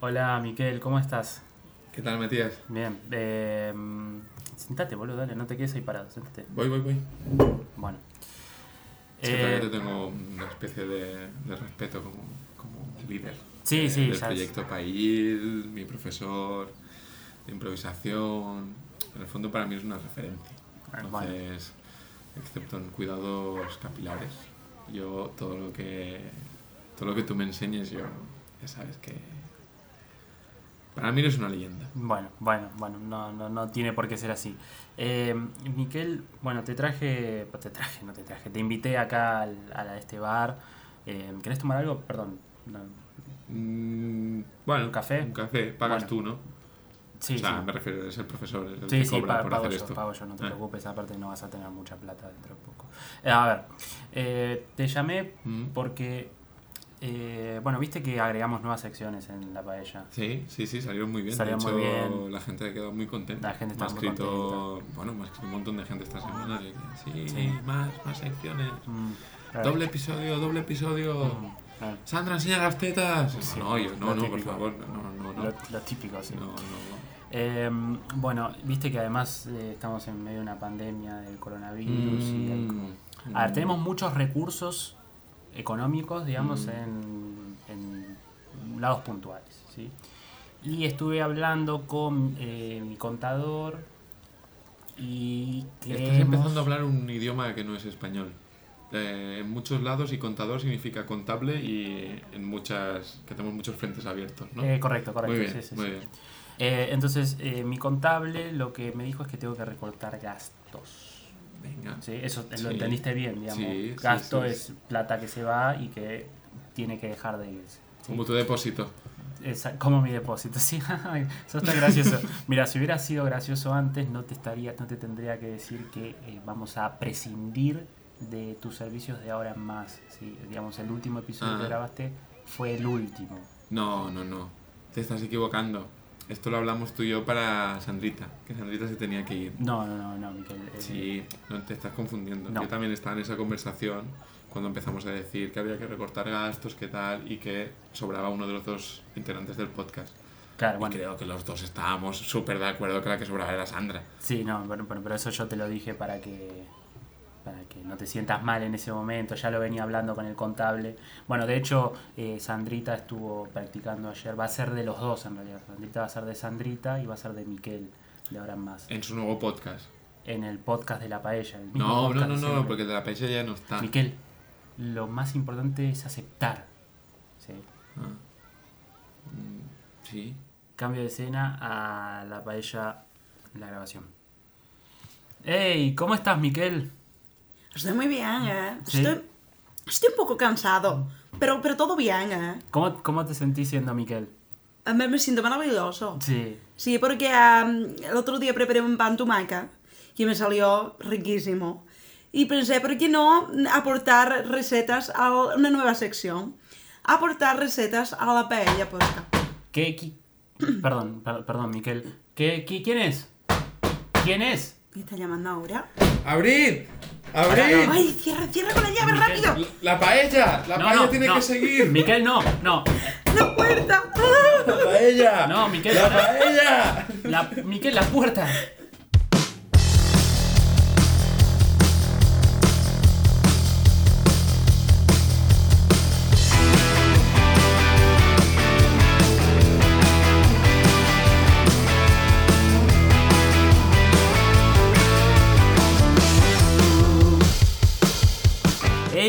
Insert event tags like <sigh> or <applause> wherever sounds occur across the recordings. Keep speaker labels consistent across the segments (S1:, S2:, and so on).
S1: Hola, Miquel, ¿cómo estás?
S2: ¿Qué tal, Matías?
S1: Bien. eh, sentate, boludo, dale, no te quedes ahí parado, sentate.
S2: Voy, voy, voy.
S1: Bueno.
S2: Es que todavía
S1: Eh,
S2: te tengo una especie de, de respeto como, como líder.
S1: Sí,
S2: de-
S1: sí,
S2: Del
S1: ya
S2: proyecto País, mi profesor de improvisación. En el fondo, para mí es una referencia.
S1: bueno,
S2: Entonces, excepto en cuidados capilares, yo todo lo que todo lo que tú me enseñes, yo ya sabes que para mí eres una leyenda.
S1: bueno, bueno, bueno, no, no, no tiene por qué ser así. Eh, Miquel, bueno, te traje, pues te traje, no te traje, te invité acá al- a este bar. Eh, ¿Querés tomar algo? Perdón. no,
S2: Mm, bueno,
S1: ¿Un café?
S2: Un café, pagas
S1: Bueno.
S2: tú, ¿no?
S1: Sí,
S2: o sea,
S1: sí.
S2: me refiero, es el profesor, es el
S1: Sí,
S2: que
S1: sí,
S2: cobra
S1: pa-
S2: por
S1: pago
S2: hacer
S1: yo,
S2: esto.
S1: pago yo, no te
S2: Eh.
S1: preocupes, aparte no vas a tener mucha plata dentro de poco. Eh, a ver, eh, te llamé
S2: Mm.
S1: porque, eh, bueno, viste que agregamos nuevas secciones en la paella.
S2: Sí, sí, sí, salieron muy bien.
S1: Salió
S2: de
S1: muy
S2: hecho,
S1: bien.
S2: la gente ha quedado muy contenta.
S1: La gente
S2: me
S1: está
S2: ha
S1: muy Ah.
S2: escrito, bueno, me ha escrito un montón de gente esta semana. que- Sí,
S1: Sí.
S2: más, más secciones.
S1: Mm, claro.
S2: Doble episodio, doble episodio.
S1: Mm, claro.
S2: Sandra, enseña las tetas.
S1: Sí,
S2: no, yo,
S1: lo
S2: no, no, por
S1: típico.
S2: favor, no, no, no. no.
S1: Lo, lo típico, sí.
S2: No, no, no.
S1: Eh, bueno, viste que además eh, estamos en medio de una pandemia del coronavirus. y hay-
S2: Mm,
S1: A ver,
S2: mm,
S1: tenemos muchos recursos económicos, digamos,
S2: Mm.
S1: en, en lados puntuales, ¿sí? Y estuve hablando con eh, mi contador y
S2: Estás
S1: creemos...
S2: empezando a hablar un idioma que no es español. Eh, en muchos lados y contador significa contable y en muchas que tenemos muchos frentes abiertos, ¿no?
S1: Eh, correcto, correcto.
S2: muy
S1: sí,
S2: bien,
S1: sí,
S2: muy
S1: sí.
S2: bien.
S1: Eh, entonces, eh, mi contable lo que me dijo es que tengo que recortar gastos.
S2: Venga.
S1: ¿sí? Eso te- lo
S2: Sí.
S1: entendiste bien, digamos.
S2: Sí, sí,
S1: Gasto
S2: sí,
S1: es plata que se va y que tiene que dejar de irse. ¿sí?
S2: Como tu depósito.
S1: Esa- como mi depósito, <laughs> sí. Eso está
S2: <laughs>
S1: gracioso. Mira, si hubiera sido gracioso antes, no te, estaría, no te tendría que decir que eh, vamos a prescindir de tus servicios de ahora en más. ¿sí? Digamos, el último episodio que
S2: Ah.
S1: grabaste fue el último.
S2: No, no, no. Te estás equivocando. Esto lo hablamos tú y yo para Sandrita, que Sandrita se tenía que ir.
S1: No, no, no, no, Miquel. eh,
S2: Sí, no te estás confundiendo.
S1: No.
S2: Yo también estaba en esa conversación cuando empezamos a decir que había que recortar gastos, qué tal, y que sobraba uno de los dos integrantes del podcast.
S1: Claro,
S2: Y
S1: bueno.
S2: creo que los dos estábamos súper de acuerdo que la que sobraba era Sandra.
S1: Sí, no, bueno, pero, pero eso yo te lo dije para que para que no te sientas mal en ese momento, ya lo venía hablando con el contable. Bueno, de hecho, eh, Sandrita estuvo practicando ayer, va a ser de los dos en realidad. Sandrita va a ser de Sandrita y va a ser de Miquel de ahora en más.
S2: En su nuevo podcast.
S1: En el podcast de la paella. el mismo
S2: No, no,
S1: podcast
S2: no,
S1: de
S2: no,
S1: siempre.
S2: porque el de la paella ya no está.
S1: Miquel, lo más importante es aceptar. ¿sí?
S2: Ah. Mm, Sí.
S1: Cambio de escena a la paella, la grabación. ¡Ey! ¿Cómo estás, Miquel?
S3: Estoy muy bien, ¿eh?
S1: Mm, Sí.
S3: Estoy, estoy un poco cansado, pero, pero todo bien, ¿eh?
S1: ¿Cómo, cómo te sentís siendo Miquel?
S3: Me, me siento maravilloso.
S1: Sí.
S3: Sí, porque am, el otro día preparé un pan tumaca y me salió riquísimo. Y pensé, ¿por qué no aportar recetas a una nueva sección? Aportar recetas a la paella puesta.
S1: ¿Qué?
S2: <clears throat>
S1: qui- Perdón, per- perdón, Miquel. ¿Qué, qui- ¿Quién es? ¿Quién es?
S3: ¿Me está llamando ahora?
S2: ¡Abrid!
S1: ¡Abrid!
S3: ¡Ay, cierra, cierra con la llave, rápido!
S2: ¡La paella! ¡La paella Ah, tiene
S1: no.
S2: que seguir!
S1: Miquel, no, no.
S3: ¡La puerta!
S1: <laughs>
S3: ¡Ah!
S2: ¡La paella!
S1: No, Miquel,
S2: ¡La
S1: pará.
S2: paella!
S1: La, Miquel, la puerta. ¡Ey!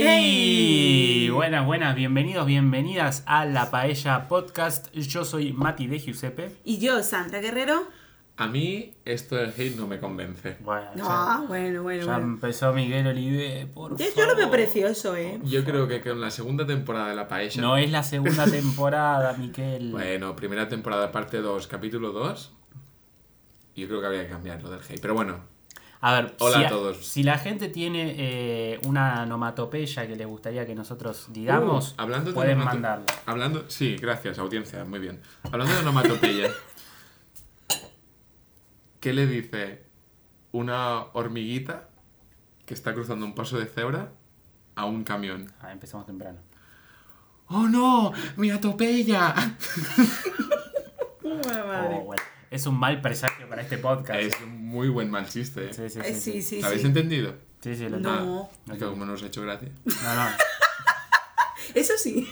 S3: ¡Ey!
S1: Buenas, buenas, bienvenidos, bienvenidas a La Paella Podcast. Yo soy Mati de Giuseppe.
S3: Y yo, Sandra Guerrero.
S2: A mí esto del hate no me convence.
S1: Bueno,
S3: No, Ah, bueno, bueno,
S1: Ya
S3: bueno.
S1: empezó Miguel Olive, por
S3: Yo, yo
S1: favor.
S3: lo veo precioso, ¿eh?
S2: Yo creo que con la segunda temporada de La Paella...
S1: No es la
S3: <laughs>
S1: segunda temporada, Miquel.
S2: Bueno, primera temporada, parte 2, capítulo 2. Yo creo que habría que cambiarlo del hate. Pero bueno,
S1: A ver,
S2: Hola
S1: si
S2: a todos.
S1: si la gente tiene eh, una onomatopeya que les gustaría que nosotros digamos,
S2: Uh, hablando de
S1: pueden
S2: onomato-
S1: mandarla.
S2: Hablando, sí, gracias, audiencia, muy bien. Hablando de onomatopeya,
S1: <laughs>
S2: ¿qué le dice una hormiguita que está cruzando un paso de cebra a un camión?
S1: Ah, empezamos temprano.
S2: ¡Oh no! ¡Mi atopella!
S3: la madre.
S1: Oh, bueno. Es un mal presagio para este podcast.
S2: Es un muy buen mal chiste. ¿eh?
S1: Sí, sí, sí.
S3: Eh, Sí,
S1: sí.
S3: sí,
S2: ¿Lo habéis
S3: sí.
S2: entendido?
S1: Sí, sí, lo
S3: No.
S1: entiendo.
S2: Ah, es que como no os ha hecho gracia.
S1: No, no.
S3: Eso sí.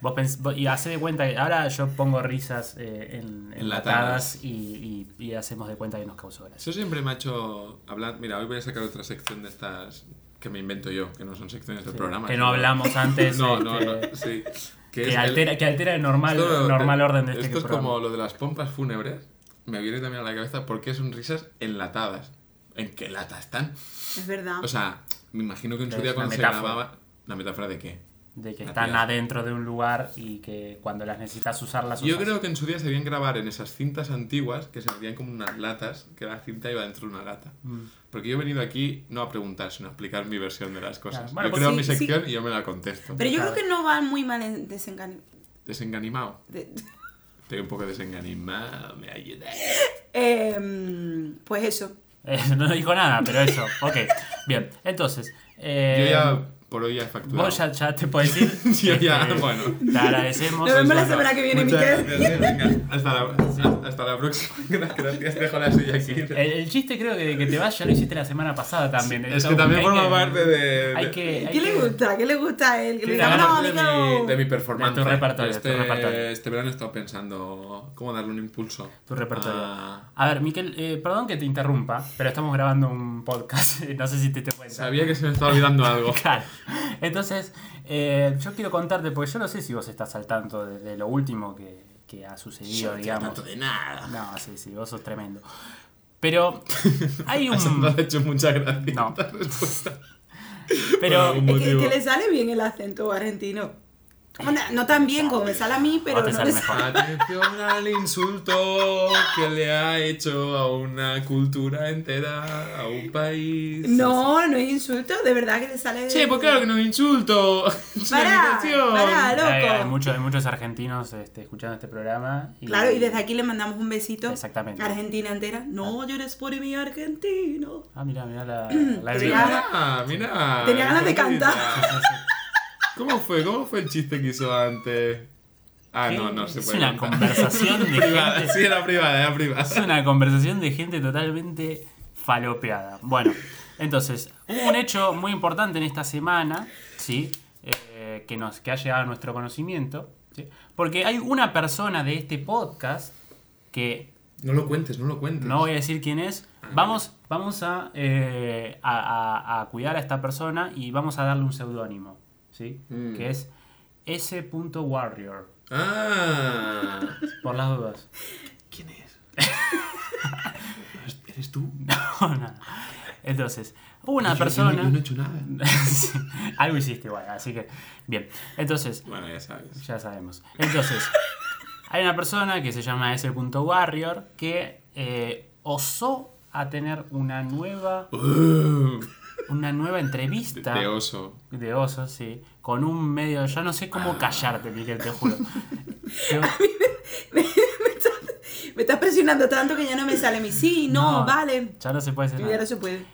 S1: Vos pens- vos- y hace de cuenta que ahora yo pongo risas eh, en, enlatadas y, y- y hacemos de cuenta que nos causó gracia.
S2: Eso siempre me ha hecho hablar. Mira, hoy voy a sacar otra sección de estas que me invento yo, que no son secciones del programa.
S1: Que
S2: sino-
S1: no hablamos antes.
S2: <laughs> No,
S1: este,
S2: no, no, sí.
S1: Que,
S2: es el-
S1: altera, que altera el normal,
S2: esto- eh,
S1: normal orden de este
S2: Esto es
S1: programa.
S2: como lo de las pompas fúnebres. Me viene también a la cabeza porque son risas enlatadas. ¿En qué lata están?
S3: Es verdad.
S2: O sea, me imagino que en su
S1: Es
S2: día
S1: una
S2: cuando se
S1: metáfora.
S2: grababa. ¿La metáfora de qué?
S1: De que
S2: La
S1: están
S2: tía.
S1: adentro de un lugar y que cuando las necesitas usar, las
S2: Yo
S1: usas.
S2: creo que en su día se debían grabar en esas cintas antiguas que se hacían como unas latas, que la cinta iba dentro de una lata.
S1: Mm.
S2: Porque yo he venido aquí no a preguntar, sino a explicar mi versión de las cosas.
S1: Claro, bueno,
S2: yo
S1: pues
S2: creo
S3: sí,
S2: mi sección
S3: sí.
S2: y yo me la contesto.
S3: Pero yo creo que no van muy mal en desengaño.
S2: Desenganimado.
S3: de- <laughs>
S2: Estoy un poco desenganimado, me ayuda.
S3: Em, pues eso.
S1: Eh, <laughs> no dijo nada, pero eso. <laughs> Ok. Bien, entonces. eh,
S2: yo ya, por hoy ya he facturado.
S1: Vos ya, ya te puedes ir.
S2: <laughs> Yo ya,
S1: Este,
S2: bueno.
S1: Te
S2: <laughs>
S1: agradecemos.
S3: Nos vemos la
S2: Bueno,
S3: semana que viene,
S2: Pues muchas
S3: Miquel.
S2: gracias, eh, venga, hasta la, hasta la próxima. <laughs> Gracias, dejo la silla aquí.
S1: El, el chiste creo que de que te vas ya lo hiciste la semana pasada también.
S2: Es que
S1: Entonces,
S2: también
S1: hay
S2: forma
S1: que-
S2: parte de...
S1: Hay
S2: de-
S1: que, Eh, hay
S3: ¿Qué le
S1: que-
S3: gusta? ¿Qué le gusta a él? Que le
S1: Sí,
S3: diga,
S1: la
S3: no,
S2: de,
S3: amigo.
S2: mi, de mi performance.
S1: De tu repertorio, de tu
S2: este,
S1: repertorio.
S2: este verano he estado pensando cómo darle un impulso.
S1: Tu repertorio.
S2: a-
S1: A ver, Miquel, eh, perdón que te interrumpa, pero estamos grabando un podcast. <laughs> No sé si te, te cuenta.
S2: Sabía que se me estaba olvidando algo.
S1: <laughs> Claro. Entonces, eh, yo quiero contarte, porque yo no sé si vos estás al tanto de, de lo último que, que ha sucedido, digamos.
S2: de nada. <laughs>
S1: No, sí, sí, vos sos tremendo. Pero
S2: <laughs>
S1: hay
S2: Eso no
S1: un.
S2: ha hecho mucha gracia.
S1: Mm. No.
S2: <laughs> esta respuesta. Por
S1: Pero.
S2: algún
S3: Es que,
S2: motivo.
S3: que le sale bien el acento argentino. Bueno, no tan bien como me sale a mí, pero
S1: te
S3: no
S1: sale
S3: le sale.
S1: mejor.
S2: Atención al insulto que le ha hecho a una cultura entera, a un país.
S3: No, no es insulto, de verdad que le sale.
S2: Che, pues claro que no es insulto. <laughs> Es una
S3: Pará,
S2: invitación.
S3: pará, loco.
S1: Hay, hay muchos, hay muchos argentinos este, escuchando este programa.
S3: Claro, y desde aquí le mandamos un besito.
S1: Exactamente.
S3: Argentina entera. No llores por mi argentino.
S1: Ah, mira, mira
S3: <clears throat>
S1: la. la
S3: Sí,
S1: idea.
S2: Mira, mira.
S3: Tenía ganas de cantar.
S2: ¿Cómo fue? ¿Cómo fue el chiste que hizo antes? Ah, no, no se
S1: es
S2: puede.
S1: una
S2: contar.
S1: conversación de
S2: <laughs> privada.
S1: gente-
S2: Sí, era privada, era
S1: Es
S2: privada.
S1: una conversación de gente totalmente falopeada. Bueno, entonces, hubo un hecho muy importante en esta semana, ¿sí? Eh, que, nos, que ha llegado a nuestro conocimiento, ¿sí? Porque hay una persona de este podcast que
S2: No lo cuentes, no lo cuentes.
S1: no voy a decir quién es. Vamos, vamos a, eh, a, a- a cuidar a esta persona y vamos a darle un seudónimo, ¿sí?
S2: Mm.
S1: Que es S.Warrior,
S2: Ah.
S1: por las dudas. <laughs>
S2: ¿Quién es? ¿Eres tú?
S1: Nada. Entonces, hubo una
S2: Yo- yo no-
S1: persona...
S2: Yo no, he hecho nada.
S1: Sí, <laughs> Algo hiciste igual, así que. Bien. Entonces,
S2: Bueno, ya sabes.
S1: ya sabemos. Entonces, hay una persona que se llama S.Warrior que eh, osó a tener una nueva,
S2: Uh,
S1: una nueva
S2: de,
S1: entrevista
S2: de oso.
S1: de osos, sí, con un medio. Ya no sé cómo callarte, Miguel, te
S3: <laughs>
S1: juro. Yo-
S3: Me estás presionando tanto que ya no me sale mi sí, no,
S1: No.
S3: vale.
S1: ya no se puede hacer
S3: Y ya no
S1: nada.
S3: se puede.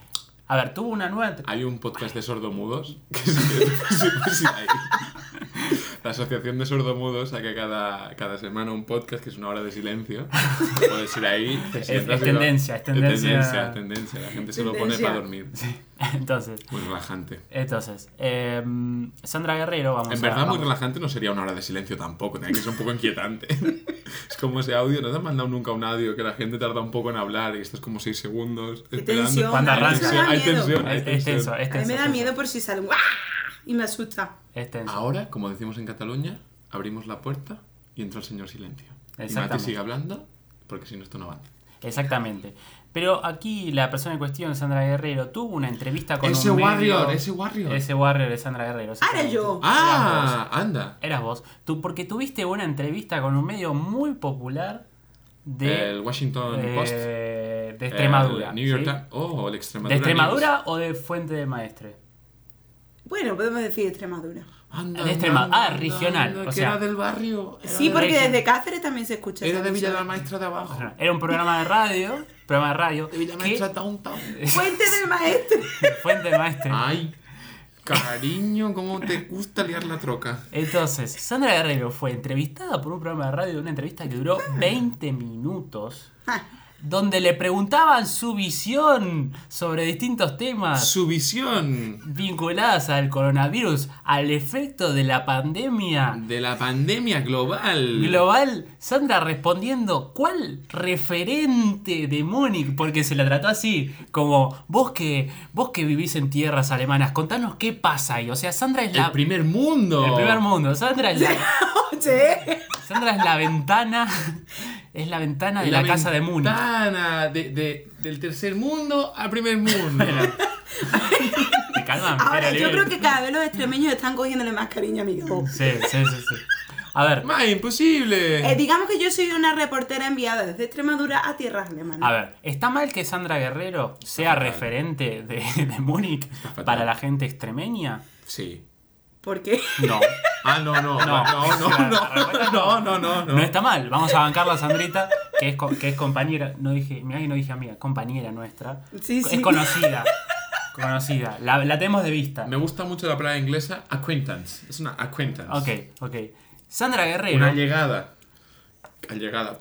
S1: A ver, tuvo una nueva. entre-
S2: Hay un podcast de sordomudos que se- se- se- ahí. La Asociación de Sordomudos saca cada, cada semana un podcast que es una hora de silencio. Puedes ir ahí, te sientas
S1: es
S2: y lo-
S1: tendencia, es tendencia.
S2: tendencia. es tendencia. La gente se lo pone
S3: Tendencia.
S2: para dormir.
S1: Entonces,
S2: Muy relajante.
S1: entonces, em, Sandra Guerrero, vamos
S2: En
S1: a-
S2: verdad, muy
S1: vamos-
S2: relajante no sería una hora de silencio tampoco, tendría que ser un poco inquietante. <laughs> es como ese audio, ¿no te han mandado nunca un audio que la gente tarda un poco en hablar y estás como 6 segundos
S3: Qué
S2: esperando?
S3: tensión,
S1: Cuando
S3: a mí me
S1: arranca.
S3: da
S2: Hay
S3: miedo.
S2: tensión, hay
S1: Es, es
S2: tensión.
S1: tenso, es
S3: A mí
S1: tenso,
S3: me da
S1: tenso.
S3: miedo por si sale un ¡guau! y me asusta.
S1: Es tenso.
S2: Ahora, como decimos en Cataluña, abrimos la puerta y entra el señor silencio. Y Mati
S1: Exactamente.
S2: sigue hablando, porque si no, esto no va.
S1: Exactamente. Pero aquí la persona en cuestión, Sandra Guerrero, tuvo una entrevista con
S2: Ese
S1: un medio-
S2: Warrior, ese Warrior.
S1: Ese Warrior es Sandra Guerrero.
S3: Ahora yo.
S2: ¡Ah! ¡Anda!
S1: Eras vos. Tú, porque tuviste una entrevista con un medio muy popular de,
S2: el Washington
S1: eh,
S2: Post.
S1: de
S2: el
S1: Extremadura.
S2: New York
S1: ¿sí?
S2: Times. Oh, el Extremadura.
S1: ¿De Extremadura
S2: News.
S1: o de Fuente de Maestre?
S3: Bueno, podemos decir Extremadura.
S2: Anda,
S1: De
S2: anda,
S1: Extrema-
S2: anda,
S1: ah,
S2: anda,
S1: regional,
S2: anda,
S1: o
S2: que
S1: sea.
S2: era del barrio. era
S3: Sí,
S2: de-
S3: porque
S1: Reyes.
S3: desde Cáceres también se escucha.
S2: Era
S3: esa
S2: de Villa de la
S3: canción.
S2: Maestra de abajo.
S1: Era un programa de radio. Programa de radio.
S2: De Villa de
S1: <laughs>
S2: la
S1: que-
S2: Maestra Downtown.
S3: Fuente del maestro. <laughs>
S2: Ah.
S1: Fuente de Maestre.
S2: Ay, Cariño, ¿cómo te gusta liar la troca?
S1: Entonces, Sandra Guerrero fue entrevistada por un programa de radio, una entrevista que duró 20 minutos, donde le preguntaban su visión sobre distintos temas
S2: Su visión
S1: vinculadas al coronavirus, al efecto de la pandemia
S2: de la pandemia global.
S1: global. Sandra respondiendo, ¿cuál referente de Múnich? Porque se la trató así, como vos que, vos que vivís en tierras alemanas, contanos qué pasa ahí. O sea, Sandra es
S2: el
S1: la...
S2: primer mundo.
S1: El primer mundo, Sandra es la...
S3: <laughs> Oye,
S1: Sandra es la ventana. Es la ventana de la, casa de Moon.
S2: Ah, ventana de- de- del tercer mundo al primer <laughs> mundo.
S1: Te calma,
S3: ahora
S1: Miguel
S3: yo
S1: Oliver.
S3: creo que cada vez los extremeños están cogiéndole más cariño a Miguel.
S1: Sí, sí, sí, sí. A ver,
S2: Más
S3: Eh,
S2: imposible.
S3: digamos que yo soy una reportera enviada desde Extremadura a tierras alemanas.
S1: a ver. ¿Está mal que Sandra Guerrero sea
S2: fatal.
S1: referente de, de Múnich
S2: fatal.
S1: para la gente extremeña?
S2: Sí.
S3: ¿Por qué?
S1: No.
S2: Ah, no, no, no, no, no, no, no, no, no,
S1: No está mal. Vamos a bancar la Sandrita, que es, co- que es compañera. No dije, mira, no dije amiga, compañera nuestra.
S3: Sí, sí.
S1: Es conocida. Conocida. La, la tenemos de vista.
S2: Me gusta mucho la palabra inglesa acquaintance. Es una acquaintance.
S1: Ok, ok. Sandra Guerrero.
S2: Una llegada. Allegada.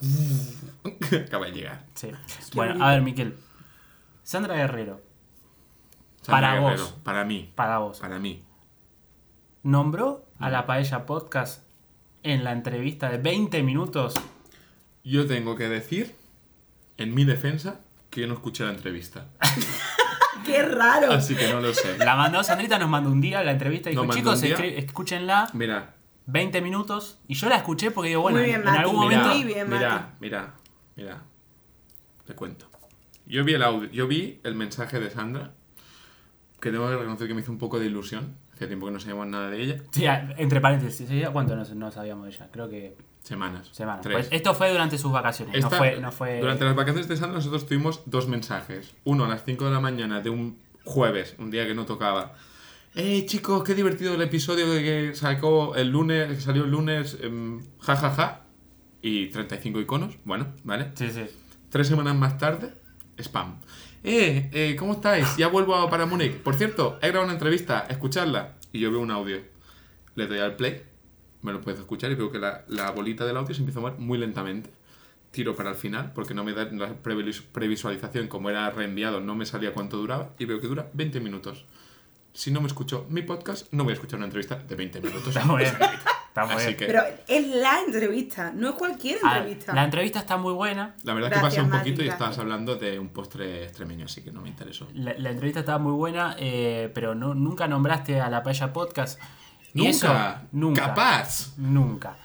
S2: <laughs> Acaba de llegar.
S1: Sí.
S3: Qué
S1: Bueno,
S3: bonito.
S1: a ver, Miquel. Sandra Guerrero,
S2: Sandra
S1: Para
S2: Guerrero,
S1: vos.
S2: Para mí.
S1: para vos,
S2: Para mí.
S1: nombró a la Paella Podcast en la entrevista de 20 minutos.
S2: Yo tengo que decir, en mi defensa, que yo no escuché la entrevista.
S3: <laughs> ¡Qué raro!
S2: Así que no lo sé.
S1: La mandó Sandrita, nos mandó un día la entrevista y dijo,
S2: Nos mandó
S1: chicos,
S2: un día".
S1: escri- escúchenla,
S2: Mira,
S1: 20 minutos. Y yo la escuché porque digo, bueno,
S3: Muy bien,
S1: en
S3: Mati.
S1: algún
S2: mira,
S1: momento...
S3: Muy bien, Mati.
S2: mira, mira, mira. Te cuento. Yo vi el audio, yo vi el mensaje de Sandra, que tengo que reconocer que me hizo un poco de ilusión. Hace tiempo que no sabíamos nada de ella.
S1: Sí, a- entre paréntesis, ¿sí? ¿cuánto no, no sabíamos de ella? Creo que
S2: Semanas.
S1: semanas.
S2: Tres.
S1: Pues esto fue durante sus vacaciones, no
S2: Esta-
S1: fue... No fue
S2: Durante las vacaciones de Sandra nosotros tuvimos dos mensajes. Uno a las 5 de la mañana de un jueves, un día que no tocaba. ¡Eh, chicos, qué divertido el episodio que- que sacó el lunes, que salió el lunes, em, ja, ja, ja! Y 35 iconos, bueno, vale.
S1: Sí, sí.
S2: Tres semanas más tarde, spam. ¡Eh, eh, cómo estáis? Ya vuelvo a- para Múnich. Por cierto, he grabado una entrevista, escucharla. Y yo veo un audio. Le doy al play, me lo puedo escuchar y veo que la, la bolita del audio se empieza a mover muy lentamente. Tiro para el final, porque no me da la previs- previsualización, como era reenviado, no me salía cuánto duraba. Y veo que dura 20 minutos. Si no me escucho mi podcast, no voy a escuchar una entrevista de 20
S1: <laughs>
S2: minutos.
S1: Está muy bien. Está muy
S2: Así
S1: bien.
S2: que,
S3: Pero es la entrevista, no es cualquier
S1: Ah,
S3: entrevista.
S1: la entrevista está muy buena.
S2: la verdad
S3: Gracias,
S2: que pasé un
S3: Mati,
S2: poquito y
S3: gracias.
S2: estabas hablando de un postre extremeño, así que no me interesó.
S1: La, la entrevista estaba muy buena, eh, pero no- nunca nombraste a la Paella Podcast. Y
S2: Nunca,
S1: eso, nunca.
S2: Capaz.
S1: Nunca.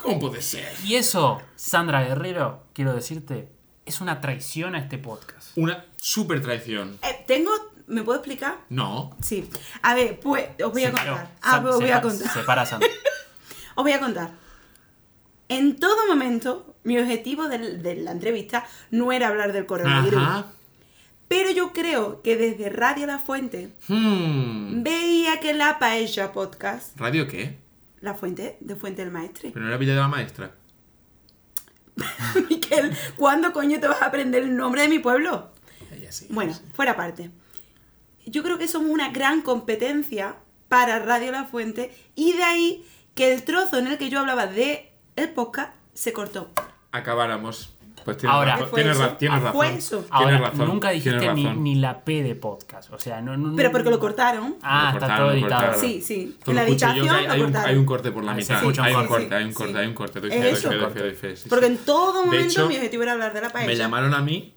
S2: ¿Cómo puede ser?
S1: Y eso, Sandra Guerrero, quiero decirte, es una traición a este podcast.
S2: Una super traición.
S3: Eh, tengo, ¿me puedo explicar?
S2: No.
S3: Sí. A ver, pues os voy a
S1: Se paró.
S3: contar. Ah,
S1: San-
S3: pues os voy a
S1: sepa-
S3: contar.
S1: separa,
S3: <laughs>
S1: Sandra.
S3: Os voy a contar. En todo momento, mi objetivo del- de la entrevista no era hablar del coronavirus.
S2: Ajá.
S3: Pero yo creo que desde Radio La Fuente
S2: Hmm.
S3: veía que la Paella Podcast,
S2: ¿Radio qué?
S3: La Fuente, de Fuente del Maestre.
S2: ¿Pero no era Villa de la Maestra? Ah.
S3: <laughs> Miquel, ¿cuándo coño te vas a aprender el nombre de mi pueblo?
S2: Ya sí.
S3: Bueno, fuera parte. Yo creo que somos una gran competencia para Radio La Fuente y de ahí que el trozo en el que yo hablaba de el podcast se cortó.
S2: Acabáramos. Pues tienes
S1: Ahora.
S2: razón.
S3: ¿Fue
S2: Tienes,
S3: eso?
S2: ra- tienes
S3: Ah,
S2: razón.
S3: ¿fue eso?
S2: Tienes
S1: Ahora,
S2: razón.
S1: nunca dijiste
S2: Tienes
S1: ni,
S2: razón.
S1: ni la P de podcast. O sea, no, no, no-
S3: Pero porque
S2: Mm.
S3: lo cortaron.
S1: Ah,
S2: Lo
S1: está
S2: cortaron,
S1: todo
S2: lo
S1: editado.
S2: cortaron.
S3: Sí, sí.
S2: Todo
S3: En la
S2: lo escucho yo
S3: habitación
S2: que
S3: lo
S2: hay, hay un,
S3: cortaron.
S2: hay un corte por la
S1: Ah, se
S2: mitad.
S1: escucha un
S2: hay un
S1: corte.
S2: corte, hay un
S3: Sí,
S2: corte,
S3: sí.
S2: hay un corte. Doy
S3: Es
S2: fe, doy
S3: eso.
S2: fe, doy fe, doy fe, sí, sí.
S3: Porque en todo
S2: De
S3: momento
S2: hecho,
S3: mi objetivo era hablar de la paella.
S2: Me llamaron a mí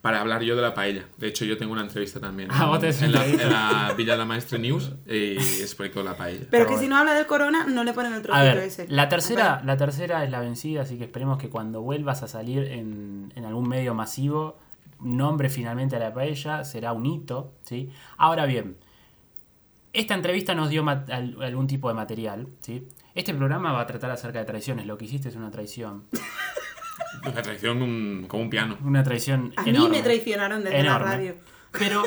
S2: para hablar yo de la paella. De hecho, yo tengo una entrevista también
S1: Ah, vos
S2: en,
S1: tenés
S2: en la,
S1: entrevista.
S2: en la Villa de la Maestra News y explico la paella.
S3: Pero
S1: Pero
S3: que si
S1: bueno.
S3: no habla del corona, no le ponen el trocito
S1: A ver,
S3: ese.
S1: la tercera, la tercera es la vencida, así que esperemos que cuando vuelvas a salir en, en algún medio masivo, nombre finalmente a la paella, será un hito, ¿sí? Ahora bien, esta entrevista nos dio mat- al- algún tipo de material, ¿sí? Este programa va a tratar acerca de traiciones, lo que hiciste es una traición,
S2: Una traición un- como un piano.
S1: una traición
S3: A
S1: enorme.
S3: mí me traicionaron desde
S1: Enorme.
S3: la radio.
S1: Pero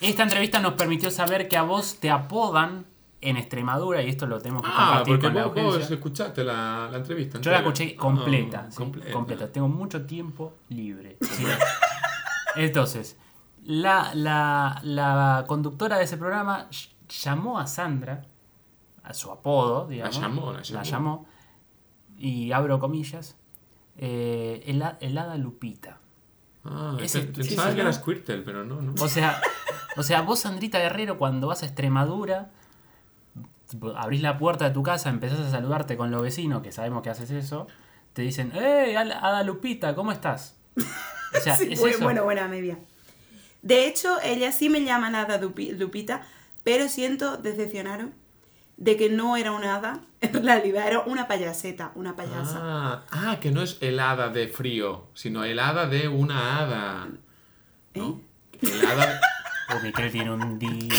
S1: esta entrevista nos permitió saber que a vos te apodan en Extremadura, y esto lo tenemos que
S2: Ah,
S1: compartir
S2: porque
S1: con la
S2: vos,
S1: audiencia.
S2: vos escuchaste la, la entrevista.
S1: Yo la
S2: entera.
S1: escuché completa,
S2: Ah,
S1: sí, completa. Tengo mucho tiempo
S2: <laughs>
S1: libre. sí. Entonces, la, la- la conductora de ese programa sh- llamó a Sandra, a su apodo, digamos.
S2: llamó, la llamó.
S1: llamó, y abro comillas, eh, hela- helada Lupita.
S2: Ah,
S1: Ese-
S2: pe- pensaba
S1: sí,
S2: que
S1: ¿no?
S2: era Squirtle, pero no, no.
S1: O sea, o sea, vos, Sandrita Guerrero, cuando vas a Extremadura, tipo, abrís la puerta de tu casa, empezás a saludarte con los vecinos, que sabemos que haces eso, te dicen, ¡Eh, Al- Ada Lupita, ¿cómo estás? O sea,
S3: <laughs> Sí,
S1: es
S3: bueno,
S1: eso.
S3: bueno, buena media. De hecho, ella sí me llama Nada Lupita, pero siento decepcionaron de que no era una hada, <laughs> en realidad era una payaseta, una payasa.
S2: Ah, ah, que no es helada de frío, sino helada de una hada. ¿No?
S3: ¿Eh? <laughs>
S2: Helada.
S1: Oh, Miquel tiene un día.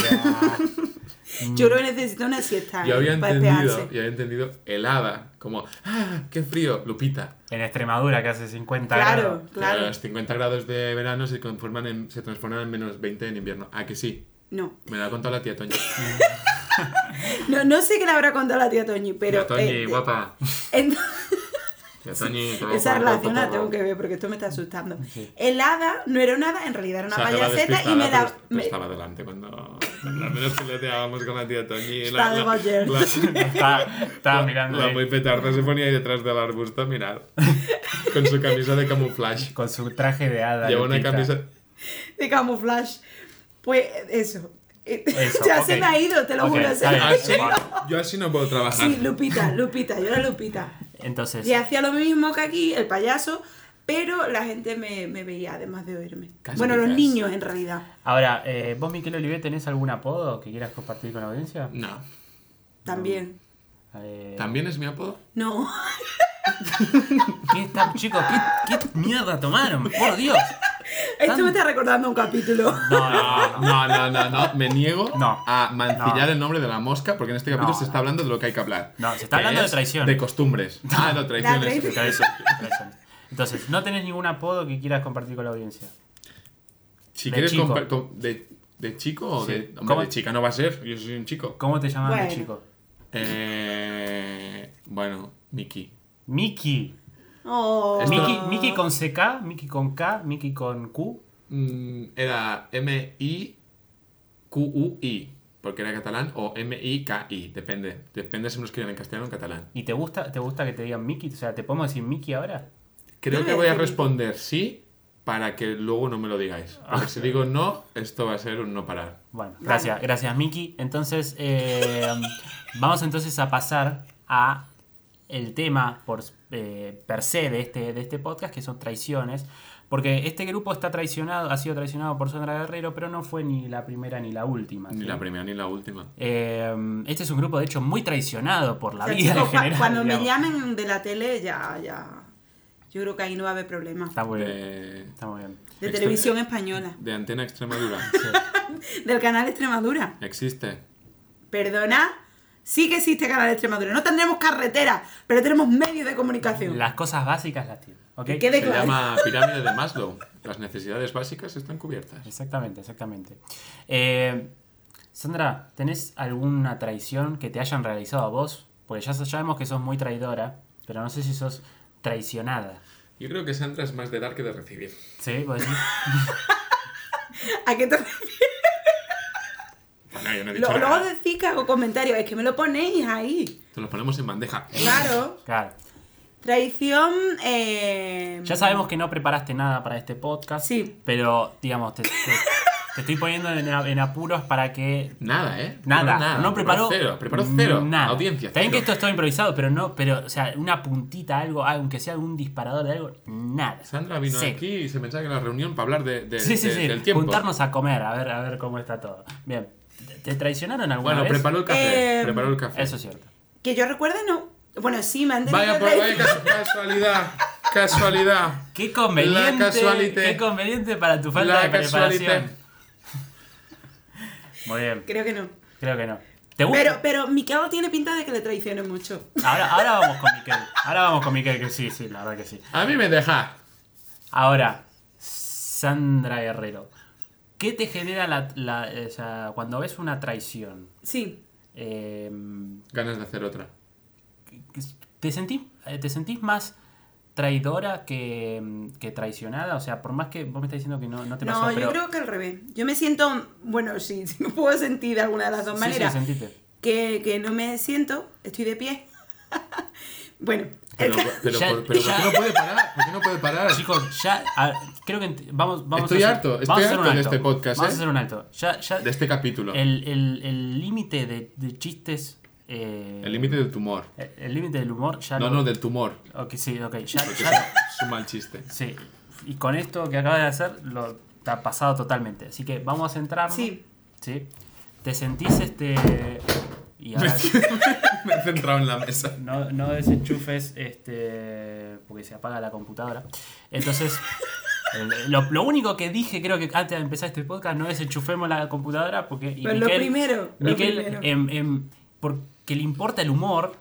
S1: Mm,
S3: Yo creo que necesito una siesta eh,
S2: Yo había
S3: Ah, para
S2: entendido,
S3: despejarse.
S2: yo había entendido helada, como, ah, qué frío, Lupita.
S1: En Extremadura, que hace 50 grados.
S3: Claro,
S2: Claro.
S3: claro.
S2: Los 50 grados de verano se, conforman en- se transforman en menos 20 en invierno. Ah, que sí.
S3: No.
S2: Me lo ha contado la tía Toña.
S3: no, no sé qué le habrá contado la tía Toñi, pero...
S2: Tía Toñi,
S3: eh,
S2: guapa.
S3: en- <laughs>
S2: Tía Toñi,
S3: Esa
S2: guapa,
S3: relación
S2: guapa,
S3: la tengo
S2: guapa.
S3: que ver porque esto me está asustando.
S1: Sí.
S3: El hada no era una hada, en realidad era una
S2: O sea, que va
S3: payaseta y me
S2: despistada,
S3: la...
S2: pero- pero
S3: me-
S2: estaba delante cuando... Al menos que le teábamos con la tía Toñi.
S3: Estaba de Goyer.
S1: Estaba, estaba mirando
S2: La
S1: ahí
S2: muy petarda se ponía ahí detrás del arbusto a mirar. Con su camisa de camuflaje.
S1: con su traje de hada.
S2: Lleva una
S1: Lupita.
S2: camisa.
S3: <laughs> de camuflaje. Pues eso.
S1: Eso,
S3: <laughs> ya
S1: ok.
S3: se me ha ido, te lo
S1: Ok,
S3: juro. se
S1: está
S3: me ha
S1: bien.
S2: Así, Ah, yo así no puedo
S3: ido.
S2: trabajar.
S3: Sí, Lupita, Lupita, yo era Lupita.
S1: Entonces,
S3: Y hacía lo mismo que aquí, el payaso, pero la gente me, me veía además de oírme.
S2: Casi
S3: bueno, los
S2: casi.
S3: niños en realidad
S1: ahora, eh, ¿vos, Miquel Olivet, tenés algún apodo que quieras compartir con la audiencia?
S2: No.
S3: también.
S1: Eh,
S2: ¿También es mi apodo?
S3: No, <laughs>
S1: ¿Qué está, chicos? ¿qué, ¿Qué mierda tomaron? ¡Por Dios!
S3: esto me está recordando un capítulo.
S1: No, no, no.
S2: Ah, No, no, no, no. Me niego
S1: No.
S2: a mancillar
S1: No.
S2: el nombre de la mosca porque en este capítulo
S1: No,
S2: se está
S1: no.
S2: hablando de lo que hay que hablar.
S1: No, se está
S2: que
S1: hablando de
S2: es
S1: traición. <laughs>
S2: De costumbres. Ah, no,
S3: La
S2: traiciones.
S3: traición.
S1: Traición, traición. Entonces, ¿no tenés ningún apodo que quieras compartir con la audiencia?
S2: Si
S1: De
S2: quieres
S1: chico.
S2: compa- com- de, de chico o
S1: Sí.
S2: de. hombre,
S1: ¿Cómo?
S2: de chica no va a ser. Yo soy un chico.
S1: ¿Cómo te llamaban de
S3: Bueno.
S1: chico?
S2: Eh, bueno, Miki.
S1: Miki.
S3: Oh.
S2: Esto-
S1: Miki. Miki con CK, Miki con K, Miki con Q.
S2: Mm, Era M-I-Q-U-I, porque era catalán, o M-I-K-I, depende. Depende si me lo escriben en castellano o en catalán.
S1: ¿Y te gusta, te gusta que te digan Miki? O sea, ¿te podemos decir Miki ahora?
S2: Creo
S3: Yo
S2: que
S3: le
S2: voy a
S3: definí.
S2: responder sí para que luego no me lo digáis.
S1: Ah.
S2: Porque si digo no, esto va a ser un no parar.
S1: Bueno, gracias, gracias Miki. Entonces, eh, <laughs> vamos entonces a pasar a el tema por, eh, per se de este, de este podcast, que son traiciones. Porque este grupo está traicionado, ha sido traicionado por Sandra Guerrero, pero no fue ni la primera ni la última. Ah,
S2: Ni
S1: ¿sí?
S2: la primera ni la última.
S1: Eh, este es un grupo, de hecho, muy traicionado por la
S3: O sea,
S1: vida
S3: chicos,
S1: en
S3: cua-
S1: general.
S3: cuando me
S1: digamos.
S3: llamen de la tele, ya, ya. Yo creo que ahí no va a haber problema.
S1: Está muy
S2: Eh,
S1: bien.
S2: De,
S1: Está muy bien.
S3: De
S2: Extre-
S3: televisión española.
S2: de
S1: <laughs>
S2: Antena Extremadura.
S3: Del canal Extremadura.
S2: Existe.
S3: Perdona, sí que existe canal Extremadura. No tendremos carretera, pero tenemos medios de comunicación.
S1: Las cosas básicas las tiene. ¿ok?
S3: Que quede
S2: Se
S3: claro.
S2: llama pirámide de Maslow. Las necesidades básicas están cubiertas.
S1: Exactamente, exactamente. Eh, Sandra, ¿tenés alguna traición que te hayan realizado a vos? Porque ya sabemos que sos muy traidora, pero no sé si sos traicionada.
S2: Yo creo que Sandra es más de dar que de recibir.
S1: ¿Sí? ¿Vos
S2: <laughs>
S1: decís?
S3: ¿A qué te refieres?
S2: Bueno, yo no he dicho
S3: Lo- Luego
S2: nada.
S3: decís que hago comentarios. Es que me lo ponéis ahí.
S2: Te los ponemos en bandeja.
S1: Eh.
S3: Claro.
S1: Claro.
S3: Traición. eh,
S1: Ya sabemos que no preparaste nada para este podcast,
S3: Sí.
S1: pero digamos, te, te- te estoy poniendo en, a- en apuros para que...
S2: Nada, ¿eh?
S1: Nada,
S2: Preparó nada.
S1: no preparó
S2: cero, preparó cero.
S1: Nada.
S2: Audiencia.
S1: Está bien que
S2: cero.
S1: esto es todo improvisado, pero no, pero, o sea, una puntita, algo, aunque sea un disparador de algo, nada.
S2: Sandra vino
S1: Cero.
S2: aquí y se pensaba que era la reunión para hablar de, de-
S1: Sí, sí,
S2: de-
S1: sí.
S2: del tiempo.
S1: Juntarnos a comer, a ver, a ver cómo está todo. Bien. ¿Te- ¿Te traicionaron alguna
S2: Bueno,
S1: vez?
S2: preparó el café.
S3: Eh,
S2: preparó el café.
S1: Eso es cierto.
S3: Que yo recuerde, no. Bueno, sí, me han tenido
S2: Vaya, por, vaya
S3: traición.
S2: cas- casualidad. Casualidad.
S1: Qué conveniente.
S2: La casualité.
S1: Qué conveniente para tu falta de
S2: La
S1: preparación.
S2: casualidad.
S1: <laughs> Muy bien.
S3: Creo que no.
S1: Creo que no. ¿Te gusta?
S3: Pero, pero Miquel tiene pinta de que le traiciono mucho.
S1: Ahora, ahora vamos con Miquel. Ahora vamos con Miquel, que sí, sí, la verdad que sí.
S2: A mí me deja.
S1: Ahora, Sandra Guerrero. ¿Qué te genera la, la- o sea, cuando ves una traición?
S3: Sí.
S1: Eh,
S2: Ganas de hacer otra.
S1: ¿Te sentís, eh, te sentís más traidora que, mm, que traicionada? O sea, por más que vos me estás diciendo que no, no te pasó,
S3: No, yo
S1: pero...
S3: creo que al revés. Yo me siento, bueno, <laughs> sí, sí me puedo sentir de alguna de las dos
S1: Sí, sí,
S3: maneras.
S1: sentite.
S3: que, que no me siento, estoy de pie. <laughs> bueno,
S2: Pero, pero,
S1: Ya-
S2: por- pero ¿por
S1: ya-
S2: qué no puede parar? ¿Por qué no puede parar?
S1: Chicos, ya... a- creo que... ent- Vamos, vamos
S2: Estoy
S1: a hacer,
S2: harto,
S1: vamos
S2: estoy
S1: a hacer un
S2: harto de
S1: alto.
S2: este podcast,
S1: Vamos
S2: ¿eh?
S1: a hacer un alto. Ya, ya,
S2: De este capítulo. El
S1: el, el- el límite de, de chistes... eh,
S2: límite del tumor.
S1: el- el límite del humor ya
S2: No,
S1: lo-
S2: no, del tumor.
S1: Ok, sí, ok, ya,
S2: Porque
S1: ya
S2: es un- es un mal chiste.
S1: Sí, y con esto que acabas de hacer, lo te ha pasado totalmente. Así que vamos a centrarnos.
S3: Sí.
S1: Sí. ¿Te sentís este. Y ahora
S2: Me he centrado en la mesa.
S1: no, no desenchufes este. porque se apaga la computadora.
S3: <laughs>
S1: Entonces. el- Lo, lo único que dije, creo que antes de empezar este podcast, no desenchufemos la computadora porque. y
S3: Pero lo primero, lo
S1: Miquel,
S3: primero.
S1: em- em, porque le importa el humor,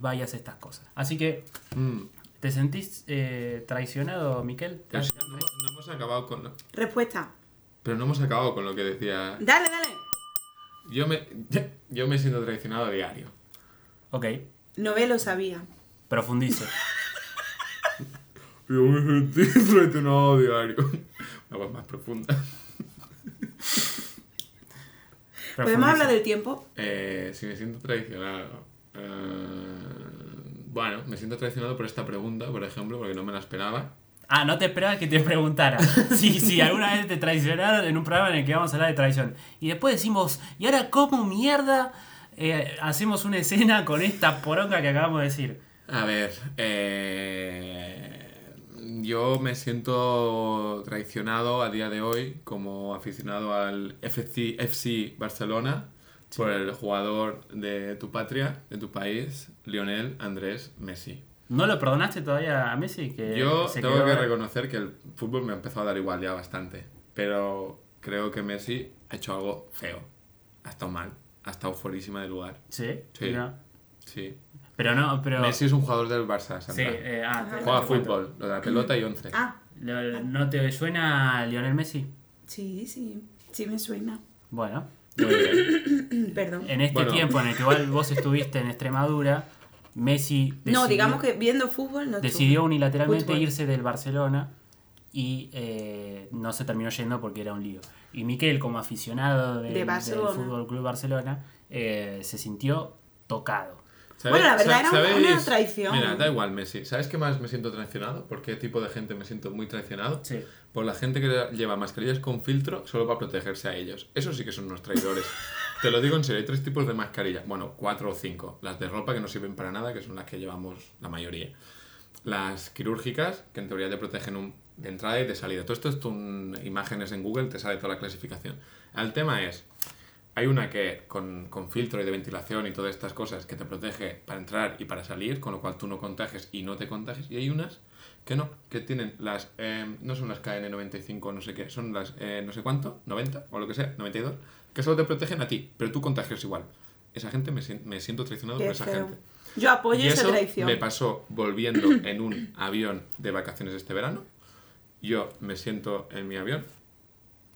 S1: vayas a estas cosas. Así que,
S2: Mm.
S1: ¿te sentís eh, traicionado, Miquel?
S2: Pero sí, no, no hemos acabado con lo-
S3: respuesta.
S2: pero no hemos acabado con lo que decía.
S3: Dale, dale.
S2: Yo me, yo me siento traicionado a diario.
S1: Ok.
S3: No ve, lo sabía.
S1: Profundice.
S2: Yo me siento traicionado a diario. Una voz más profunda.
S3: <laughs> ¿Podemos hablar del tiempo?
S2: Eh, si me siento traicionado. Eh, bueno, me siento traicionado por esta pregunta, por ejemplo, porque no me la esperaba.
S1: Ah, no te esperabas que te
S3: <laughs>
S1: preguntara. Si si alguna vez te traicionaron en un programa en el que vamos a hablar de traición. Y después decimos, ¿y ahora cómo mierda eh, hacemos una escena con esta poronga que acabamos de decir?
S2: A ver, eh, yo me siento traicionado a día de hoy como aficionado al FC, FC Barcelona por el jugador de tu patria, de tu país, Lionel Andrés Messi.
S1: ¿No lo perdonaste todavía a Messi? Que
S2: Yo
S1: Eh, se
S2: tengo
S1: quedó-
S2: que reconocer que el fútbol me ha empezado a dar igual ya bastante, pero creo que Messi ha hecho algo feo, ha estado mal, ha estado fuerísima de lugar.
S1: Sí,
S2: Sí.
S1: no.
S2: Sí.
S1: Pero no, pero...
S2: Messi es un jugador del Barça, Sandra.
S1: Sí, eh, ah, te-
S2: Juega
S1: te-
S2: fútbol, lo de la pelota y once.
S3: Ah,
S1: Lo- ¿No te suena Lionel Messi?
S3: sí, sí, sí me suena. <clears throat>
S1: Bueno,
S2: Muy bien.
S3: Perdón.
S1: en este
S2: Bueno.
S1: tiempo en el que igual vos estuviste en Extremadura, Messi...
S3: No,
S1: este decidió-
S3: digamos que viendo fútbol no
S1: decidió unilateralmente
S3: Fútbol.
S1: irse del Barcelona y eh, no se terminó yendo porque era un lío. Y Miquel, como aficionado del,
S3: De Barcelona.
S1: del Fútbol Club Barcelona, eh, se sintió tocado.
S2: ¿Sabéis-
S3: Bueno, la verdad
S2: sa-
S3: era un- una traición.
S2: Mira, da igual, Messi. ¿Sabes qué más me siento traicionado? ¿Por qué tipo de gente me siento muy traicionado?
S1: Sí.
S2: Por la gente que lleva mascarillas con filtro solo para protegerse a ellos. Eso sí que son unos traidores. Te lo digo en serio, hay tres tipos de mascarilla. Bueno, cuatro o cinco. Las de ropa que no sirven para nada, que son las que llevamos la mayoría. Las quirúrgicas, que en teoría te protegen un- de entrada y de salida. Todo esto es un- imágenes en Google, te sale toda la clasificación. El tema es, hay una que con, con filtro y de ventilación y todas estas cosas que te protege para entrar y para salir, con lo cual tú no contagias y no te contagias. Y hay unas que no, que tienen las, eh, no son las KN95 no sé qué, son las eh, no sé cuánto, 90 o lo que sea, 92, que solo te protegen a ti, pero tú contagias igual. Esa gente me, sien- me siento traicionado por
S3: Qué
S2: esa
S3: feo.
S2: gente.
S3: Yo apoyo
S2: Y
S3: esa
S2: eso
S3: traición.
S2: me pasó
S3: <clears throat>
S2: volviendo en un avión de vacaciones este verano. Yo me siento en mi avión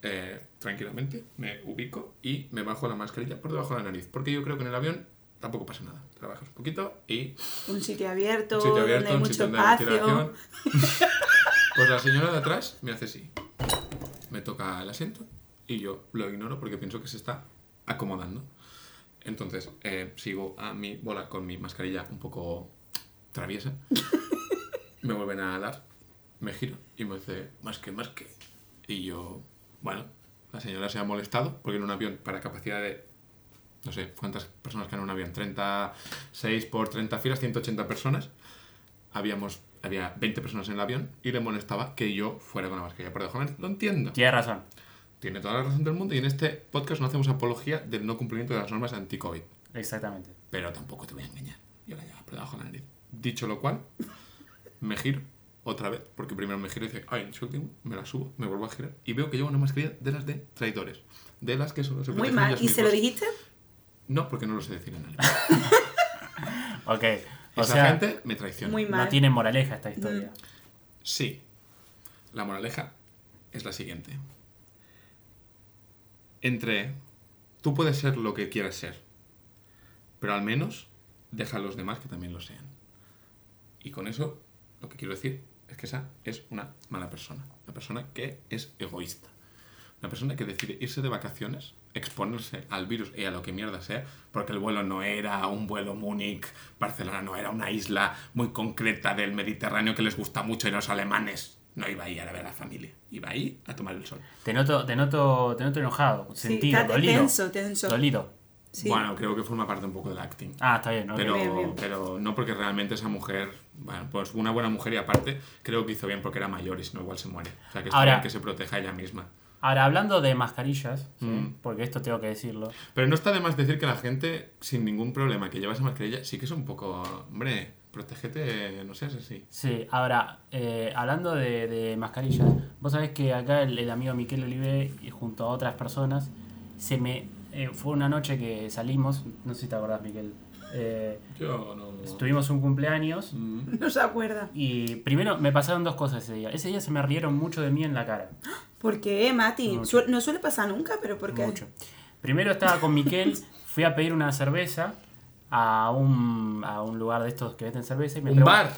S2: eh, tranquilamente, me ubico y me bajo la mascarilla por debajo de la nariz. Porque yo creo que en el avión tampoco pasa nada. Trabajas un poquito y
S3: Un sitio abierto,
S2: un sitio abierto,
S3: donde hay
S2: un
S3: mucho
S2: sitio de
S3: espacio.
S2: ventilación. <laughs> Pues la señora de atrás me hace así. Me toca el asiento y yo lo ignoro porque pienso que se está acomodando. Entonces eh, sigo a mi bola con mi mascarilla un poco traviesa. Me vuelven a dar, me giro y me dice, más que, más que. Y yo, bueno, la señora se ha molestado porque en un avión para capacidad de no sé, ¿cuántas personas caen en un avión? 36 por 30 filas, 180 personas. Habíamos, había 20 personas en el avión y le molestaba que yo fuera con la mascarilla por debajo de la nariz. Lo entiendo.
S1: Tienes razón.
S2: Tiene toda la razón del mundo y en este podcast no hacemos apología del no cumplimiento de las normas anti-COVID.
S1: Exactamente.
S2: Pero tampoco te voy a engañar. Yo la llevaba por debajo de la nariz. Dicho lo cual, me giro otra vez, porque primero me giro y dice, ay, insulting, me la subo, me vuelvo a girar y veo que llevo una mascarilla de las de traidores. De las que solo se
S3: Muy
S2: protegen
S3: mal.
S2: ellas
S3: ¿Y se lo
S2: mismas.
S3: dijiste?
S2: No, porque no lo sé decir en alemán.
S1: Ok. <laughs> O
S2: Esa
S1: sea,
S2: gente me traiciona.
S3: Muy mal. Mm.
S1: no tiene moraleja esta historia.
S2: Sí. La moraleja es la siguiente. Entre tú puedes ser lo que quieras ser, pero al menos deja a los demás que también lo sean. Y con eso Lo que quiero decir es que esa es una mala persona. Una persona que es egoísta. Una persona que decide irse de vacaciones, exponerse al virus y a lo que mierda sea, porque el vuelo no era un vuelo Múnich, Barcelona no era una isla muy concreta del Mediterráneo que les gusta mucho y los alemanes. No iba a ir a ver a la familia, iba a ir a tomar el sol.
S1: Te noto, te noto, te noto enojado, sentido,
S3: está
S1: dolido.
S3: tenso, tenso.
S1: Dolido.
S3: Sí.
S2: Bueno, creo que forma parte un poco del acting.
S1: Ah, está bien, ok.
S2: Pero,
S3: Bien, bien.
S2: pero no porque realmente esa mujer, bueno, pues una buena mujer y aparte creo que hizo bien porque era mayor y si no igual se muere. O sea, que está
S1: Ahora-
S2: bien que se proteja ella misma.
S1: Ahora, hablando de mascarillas, ¿sí?
S2: Mm.
S1: porque esto tengo que decirlo.
S2: Pero no está de más decir que la gente sin ningún problema que lleva esa mascarilla sí que es un poco, hombre, protégete, no seas así.
S1: Sí, ahora, eh, hablando de, de mascarillas, vos sabés que acá el, el amigo Miquel Olive, y junto a otras personas, se me. eh, fue una noche que salimos, no sé si te acordás, Miquel. eh,
S2: Yo no...
S1: Tuvimos un cumpleaños
S2: Mm.
S3: <laughs> No se acuerda.
S1: y primero me pasaron dos cosas ese día. Ese día se me rieron mucho de mí en la cara.
S3: ¿Por qué, eh, Mati?
S1: Mucho.
S3: Suel- no suele pasar nunca, pero ¿por qué?
S1: Mucho. Primero estaba con Miquel, <laughs> fui a pedir una cerveza a un, a un lugar de estos que venden cerveza y me
S2: Un
S1: pregun-
S2: bar.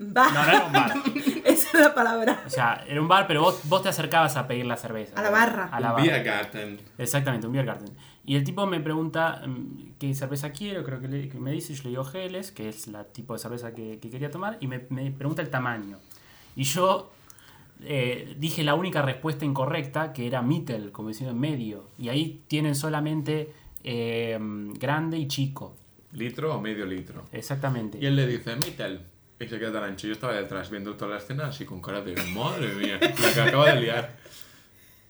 S3: Va.
S1: No, no era un bar.
S2: <laughs>
S3: <laughs> Esa es la palabra.
S1: O sea, era un bar, pero vos, vos te acercabas a pedir la cerveza.
S3: A la barra.
S1: A la
S2: un
S1: barra.
S2: beer garden.
S1: Exactamente, un beer garden. Y el tipo me pregunta mm, qué cerveza quiero, creo que, le- que me dice, yo le digo Geles, que es la tipo de cerveza que, que quería tomar, y me, me pregunta el tamaño. Y yo eh, dije la única respuesta incorrecta, que era Mittel, como diciendo medio. Y ahí tienen solamente eh, grande y chico.
S2: ¿Litro o medio litro?
S1: Exactamente.
S2: Y él le dice, Mittel. Y se queda tan ancho. Yo estaba detrás viendo toda la escena así con cara de, madre mía, la que acaba de liar.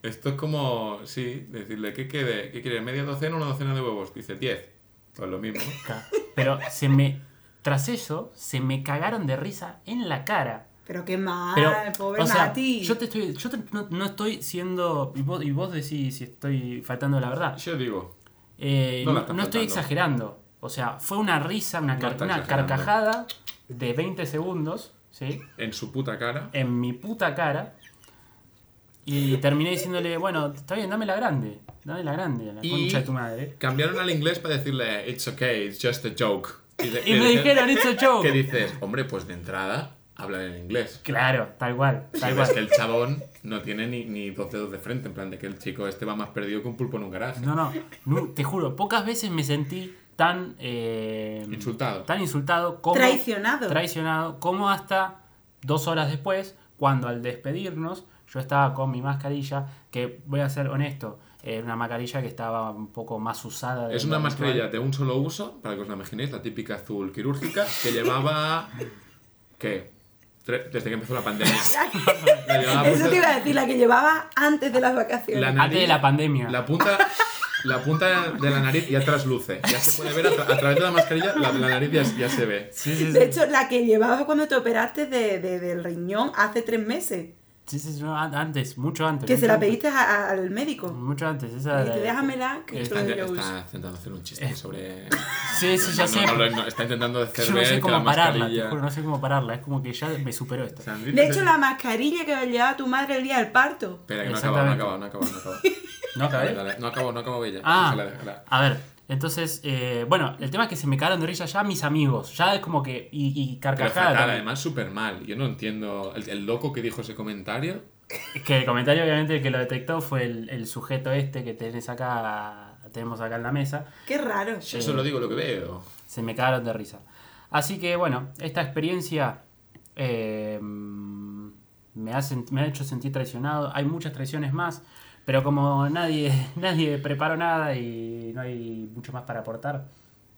S2: Esto es como, sí, decirle, ¿qué, quede, ¿qué quiere? ¿Media docena o una docena de huevos? Dice, 10. Pues lo mismo.
S1: Ca- Pero se me. Tras eso, se me cagaron de risa en la cara.
S3: Pero qué mal,
S1: Pero,
S3: pobre
S1: o sea,
S3: Mati.
S1: Yo, te estoy, yo te- no, no estoy siendo. Y vos, y vos decís si estoy faltando a la verdad.
S2: Yo digo,
S1: Eh,
S2: No
S1: no
S2: la estás
S1: estoy
S2: faltando.
S1: exagerando. O sea, fue una risa, una,
S2: No
S1: car-
S2: estás
S1: una
S2: exagerando.
S1: carcajada de 20 segundos, ¿sí?
S2: en su puta cara,
S1: En mi puta cara. Y terminé diciéndole, bueno, está bien, dame la grande. Dame la grande, a la
S2: Y-
S1: concha de tu
S2: <laughs>
S1: madre.
S2: cambiaron al inglés para decirle, it's okay, it's just a joke. Y, de-
S1: Y
S2: le
S1: me
S2: dije-
S1: dijeron, it's
S2: <laughs>
S1: a
S2: Que
S1: joke.
S2: dices, hombre, pues de entrada, habla en inglés.
S1: Claro, tal cual, tal
S2: Y ves
S1: cual.
S2: que el chabón no tiene ni, ni dos dedos de frente, en plan de que el chico este va más perdido que un pulpo en un garaje.
S1: No, no, nu- te juro, pocas veces me sentí tan eh,
S2: Insultado.
S1: tan insultado como
S3: Traicionado.
S1: traicionado como hasta dos horas después cuando al despedirnos yo estaba con mi mascarilla que voy a ser honesto era una mascarilla que estaba un poco más usada. de
S2: Es
S1: lo
S2: una
S1: habitual.
S2: mascarilla de un solo uso, para que os la imaginéis, la típica azul quirúrgica, que llevaba. ¿Qué? Tre- Desde que empezó la pandemia. La llevaba
S3: Eso te
S2: puesta-
S3: iba a decir, la que llevaba antes de las vacaciones.
S2: la
S1: Antes de la pandemia.
S2: La punta, la punta de la nariz ya trasluce. Ya se puede ver a, tra- a través de la mascarilla, la, la nariz ya, ya se ve.
S1: Sí,
S3: <laughs>
S1: sí, sí.
S3: De hecho, la que llevabas cuando te operaste de, de- del riñón hace tres meses.
S1: Sí, sí, sí, no, an- antes, mucho antes.
S3: Que
S1: mucho
S3: se la
S1: antes.
S3: pediste a- a- al médico.
S1: Mucho antes, esa
S3: Y te
S1: era-
S3: déjamela, que esto
S1: Está-
S3: es lo que yo uso.
S2: Está intentando hacer un chiste
S1: <laughs>
S2: sobre.
S1: Sí, sí, ya
S2: No,
S1: Eh, sé.
S2: no, no, no, está intentando hacer
S1: yo no
S2: ver
S1: sé
S2: que la
S1: cómo pararla, te
S2: mascarilla-
S1: juro, no sé cómo pararla. Es como que ya me superó esto.
S2: Sandrita,
S3: De hecho, la mascarilla que llevaba tu madre el día del parto.
S2: Espera, que no ha acabado, no ha
S1: Exactamente.
S2: acabado, no ha acabado. No
S1: <laughs> ¿No
S2: ha acabado,
S1: acabé?
S2: Dale, dale, no ha acabado, no ha acabado ella.
S1: Ah,
S2: Déjala, déjala.
S1: a ver, entonces, eh, bueno, el tema es que se me cagaron de risa ya mis amigos, ya es como que, y, y
S2: Pero
S1: carcajada.
S2: fatal,
S1: también.
S2: además súper mal. Yo no entiendo. El, el loco que dijo ese comentario.
S1: Que el comentario, obviamente, el que lo detectó fue el, el sujeto este que tenés acá, tenemos acá en la mesa,
S3: Qué raro.
S2: Yo solo digo lo que veo.
S1: se me cagaron de risa. Así que, bueno, esta experiencia eh, me, ha sent- me ha hecho sentir traicionado, hay muchas traiciones más, pero como nadie, <laughs> nadie preparó nada y no hay mucho más para aportar,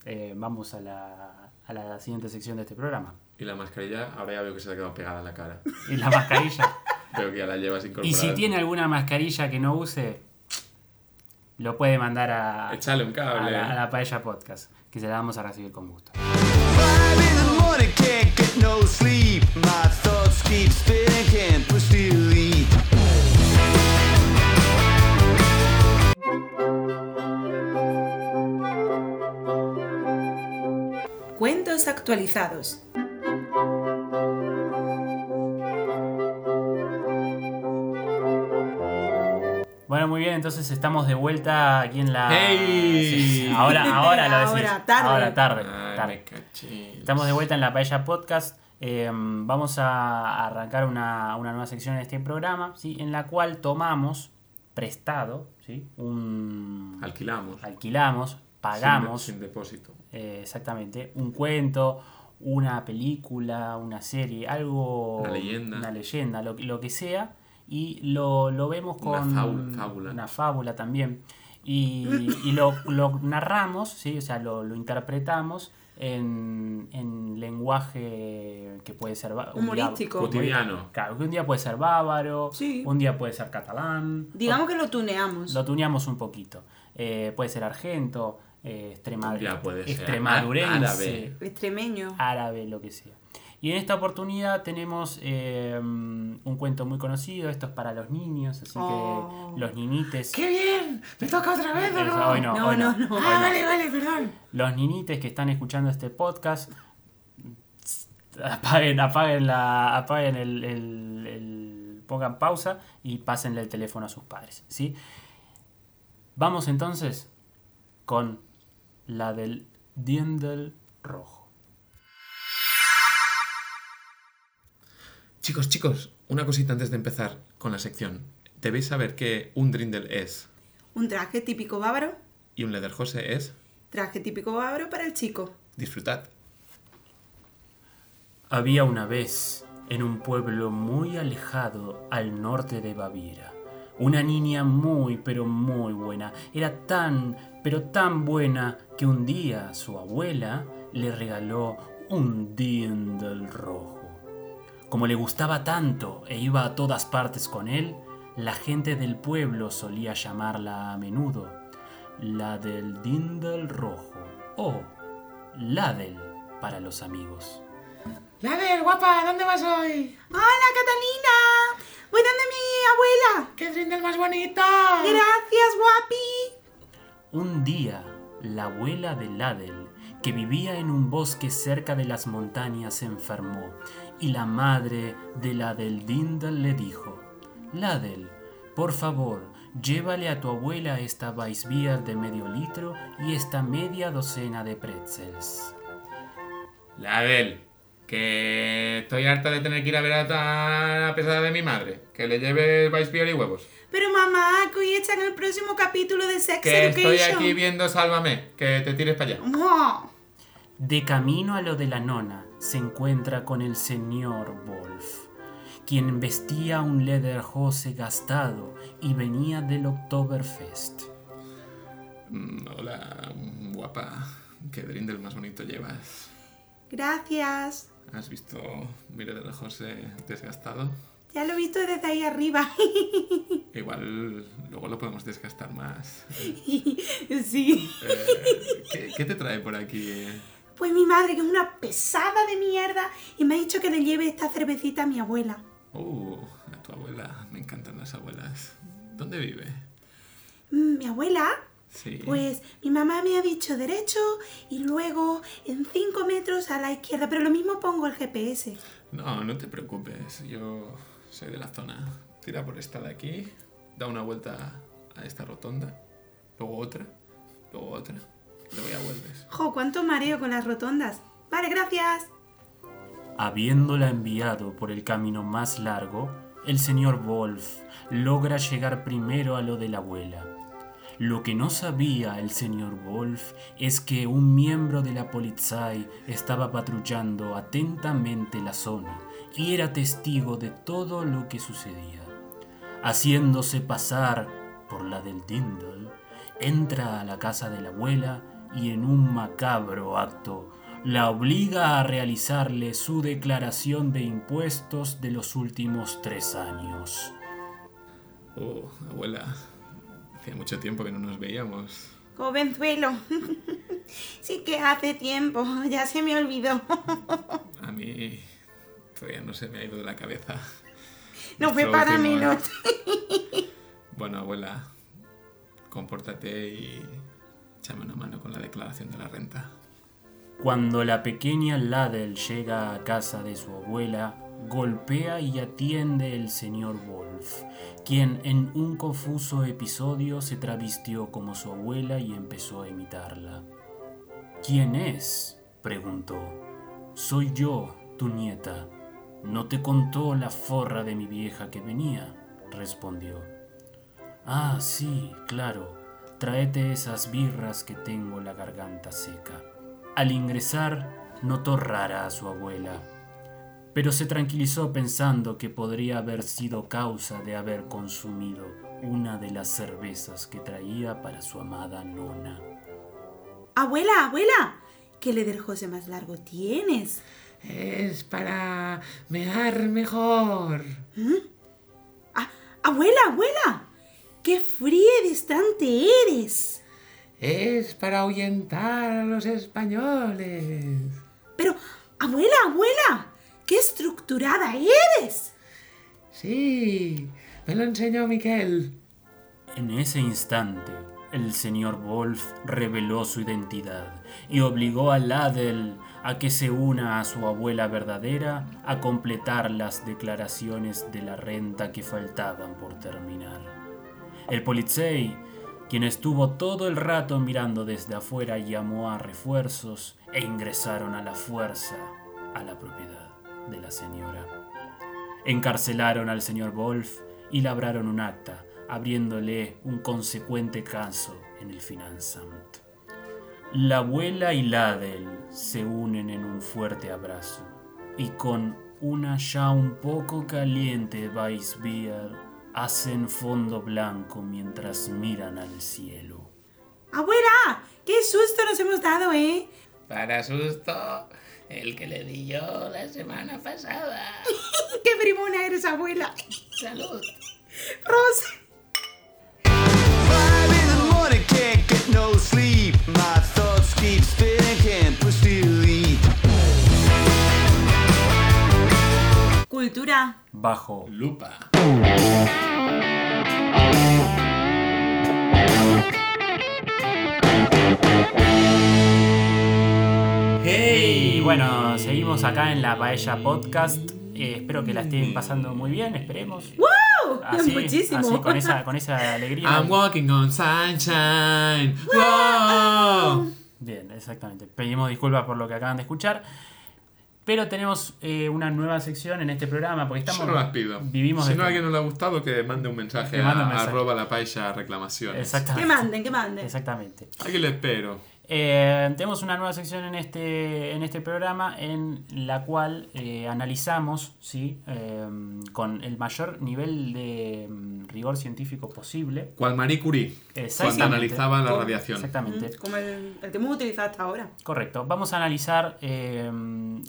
S1: eh, vamos a la, a la siguiente sección de este programa.
S2: Y la mascarilla, ahora ya veo que se te ha quedado pegada en la cara.
S1: y la mascarilla.
S2: Veo que ya la llevas incorporada.
S1: y si tiene alguna mascarilla que no use, lo puede mandar a, a
S2: Échale un cable.
S1: la, a la Paella Podcast, que se la vamos a recibir con gusto.
S4: Five in the morning, can't get no sleep. My thoughts keep spinning, can't push the lead.
S3: Cuentos actualizados.
S1: Bueno, muy bien, entonces estamos de vuelta aquí en la...
S2: ¡Hey!
S1: Sí, Ahora, ahora lo
S3: Ahora,
S1: decís.
S3: tarde.
S1: Ahora, tarde.
S2: Ay,
S1: tarde.
S2: me caché.
S1: Estamos de vuelta en la Paella Podcast. Eh, eh, vamos a arrancar una, una nueva sección en este programa, ¿sí? en la cual tomamos prestado, ¿sí? un,
S2: Alquilamos. Sin de-
S1: alquilamos, pagamos,
S2: Sin, depósito.
S1: eh, exactamente, un cuento, una película, una serie, algo...
S2: Una leyenda.
S1: Una leyenda, lo, lo que sea, y lo, lo vemos
S2: Una
S1: con...
S2: fábula- fábula.
S1: Una fábula también. Y, y lo, lo narramos, ¿sí? o sea, lo, lo interpretamos en, en lenguaje que puede ser... ba- un día-
S3: Humorístico.
S2: Cotidiano.
S1: Claro, que un día puede ser bávaro,
S3: Sí.
S1: un día puede ser catalán.
S3: Digamos que lo tuneamos.
S1: Lo tuneamos un poquito. Eh, puede ser argento, eh, extrema-
S2: Un día puede ser
S1: extremadurense, árabe.
S2: árabe.
S3: Extremeño.
S1: Ah. lo que sea. Y en esta oportunidad tenemos eh, un cuento muy conocido, esto es para los niños, así
S3: Oh.
S1: que los ninites...
S2: bien! ¡Me toca otra vez,
S1: Eh, hoy no,
S3: No,
S1: hoy no,
S3: no, no.
S1: hoy
S3: Ah,
S1: no.
S2: vale, perdón.
S1: Los ninites que están escuchando este podcast, apaguen, apaguen, la, apaguen el, el- el- pongan pausa y pásenle el teléfono a sus padres. ¿sí? Vamos entonces con la del Diendel Rojo.
S2: Chicos, chicos, una cosita antes de empezar con la sección. Debéis saber que un Drindel es
S3: Un traje típico bávaro.
S2: y un Lederhose es.
S3: Traje típico bávaro para el chico.
S2: Disfrutad.
S1: Había una vez, en un pueblo muy alejado al norte de Baviera, una niña muy pero muy buena. Era tan pero tan buena que un día su abuela le regaló un diendel rojo. Como le gustaba tanto e iba a todas partes con él, la gente del pueblo solía llamarla a menudo la del dindel rojo o la del para los amigos.
S2: Lader, guapa, ¿dónde vas hoy?
S3: ¡Hola, Catalina! ¡Voy donde mi abuela!
S2: ¡Qué Drindel más bonito!
S3: ¡Gracias, guapi!
S1: Un día, la abuela de Ladel, que vivía en un bosque cerca de las montañas, se enfermó y la madre de la del Dindal le dijo: Ladel, por favor, llévale a tu abuela esta Weissbier de medio litro y esta media docena de pretzels.
S2: Ladel, que estoy harta de tener que ir a ver a la pesada de mi madre. Que le lleve Weissbier y huevos.
S3: Pero mamá, que hoy echan el próximo capítulo de Sex
S2: Que estoy
S3: Education.
S2: aquí viendo Sálvame. Que te tires para allá.
S3: ¡Oh!
S1: De camino a lo de la nona, se encuentra con el señor Wolf, quien vestía un lederhose gastado y venía del Oktoberfest.
S2: Mm, Hola, guapa. ¿Qué Drindel más bonito llevas?
S3: Gracias.
S2: ¿Has visto mi Lederhose desgastado?
S3: Ya lo he visto desde ahí arriba. <laughs>
S2: Igual luego lo podemos desgastar más.
S3: sí.
S2: Eh, ¿qué, qué te trae por aquí?
S3: Pues mi madre, que es una pesada de mierda, y me ha dicho que le lleve esta cervecita a mi abuela.
S2: Uh, a tu abuela. Me encantan las abuelas. ¿Dónde vive?
S3: Mm, Mi abuela,
S2: Sí.
S3: pues mi mamá me ha dicho derecho y luego en 5 metros a la izquierda, pero lo mismo pongo el GPS.
S2: No, no te preocupes. Yo soy de la zona. Tira por esta de aquí. Da una vuelta a esta rotonda. Luego otra. Luego otra. Luego ya vuelves.
S3: Jo, cuánto mareo con las rotondas. Vale, gracias.
S1: Habiéndola enviado por el camino más largo, el señor Wolf logra llegar primero a lo de la abuela. Lo que no sabía el señor Wolf es que un miembro de la Polizei estaba patrullando atentamente la zona y era testigo de todo lo que sucedía. Haciéndose pasar por la del Dindal, entra a la casa de la abuela y en un macabro acto la obliga a realizarle su declaración de impuestos de los últimos tres años.
S2: Uh, abuela. Hacía mucho tiempo que no nos veíamos.
S3: Jovenzuelo. <laughs> sí que hace tiempo, ya se me olvidó.
S2: A mí todavía no se me ha ido de la cabeza.
S3: No fue
S2: Nuestro
S3: para
S2: último-
S3: menos.
S2: Bueno, abuela, compórtate y échame una mano con la declaración de la renta.
S1: Cuando la pequeña Ladel llega a casa de su abuela, golpea y atiende el señor Wolf, quien en un confuso episodio se travestió como su abuela y empezó a imitarla. ¿Quién es? preguntó. Soy yo, Tu nieta no te contó la forra de mi vieja que venía, respondió. Ah, sí, claro. Tráete esas birras que tengo la garganta seca. Al ingresar, notó rara a su abuela, pero se tranquilizó pensando que podría haber sido causa de haber consumido una de las cervezas que traía para su amada nona.
S3: Abuela, abuela, ¿qué lederjose más largo tienes?
S5: Es para mear mejor.
S3: Ah, abuela, abuela, qué fría y distante eres.
S5: Es para ahuyentar a los españoles.
S3: Pero, abuela, abuela, qué estructurada eres.
S5: Sí, me lo enseñó Miquel.
S1: En ese instante, el señor Wolf reveló su identidad y obligó a Ladel a que se una a su abuela verdadera a completar las declaraciones de la renta que faltaban por terminar. El polizei, quien estuvo todo el rato mirando desde afuera, llamó a refuerzos e ingresaron a la fuerza a la propiedad de la señora. Encarcelaron al señor Wolf y labraron un acta, abriéndole un consecuente caso en el Finanzamt. La abuela y Ladel se unen en un fuerte abrazo y con una ya un poco caliente Weissbier hacen fondo blanco mientras miran al cielo.
S3: Abuela, qué susto nos hemos dado, ¿eh?
S5: Para susto, el que le di yo la semana pasada.
S3: ¡Qué bribona eres, abuela!
S5: Salud.
S3: Rosa.
S4: Five in the morning, can't get no sleep. My thoughts keep spinning, can't push the lead.
S3: Cultura.
S1: Bajo
S2: Lupa.
S1: Y bueno, seguimos acá en la Paella Podcast. Eh, espero que la estén pasando muy bien, esperemos.
S3: <laughs> ¡Wow!
S1: Así,
S3: Muchísimo.
S1: Ah,
S3: Ah,
S1: así, con, esa, con esa alegría.
S2: I'm walking on sunshine. Wow.
S1: Bien, exactamente. Pedimos disculpas por lo que acaban de escuchar. Pero tenemos eh, una nueva sección en este programa porque estamos.
S2: Yo no las pido.
S1: Vivimos
S2: si
S1: de
S2: no
S1: esto.
S2: a alguien no le ha gustado, que mande un mensaje
S1: Que mande un
S2: a
S1: mensaje.
S2: arroba la paella reclamaciones.
S1: Exactamente.
S3: <laughs> Que manden, que manden.
S1: Exactamente.
S2: Aquí le espero.
S1: Eh, tenemos una nueva sección en este, en este programa en la cual eh, analizamos ¿sí? Eh, con el mayor nivel de mm, rigor científico posible
S2: Cual Marie Curie,
S1: Exactamente.
S2: cuando analizaba la
S1: Cu-
S2: radiación.
S1: Exactamente.
S3: Mm, Como el, el que hemos utilizado hasta ahora.
S1: Correcto. Vamos a analizar eh,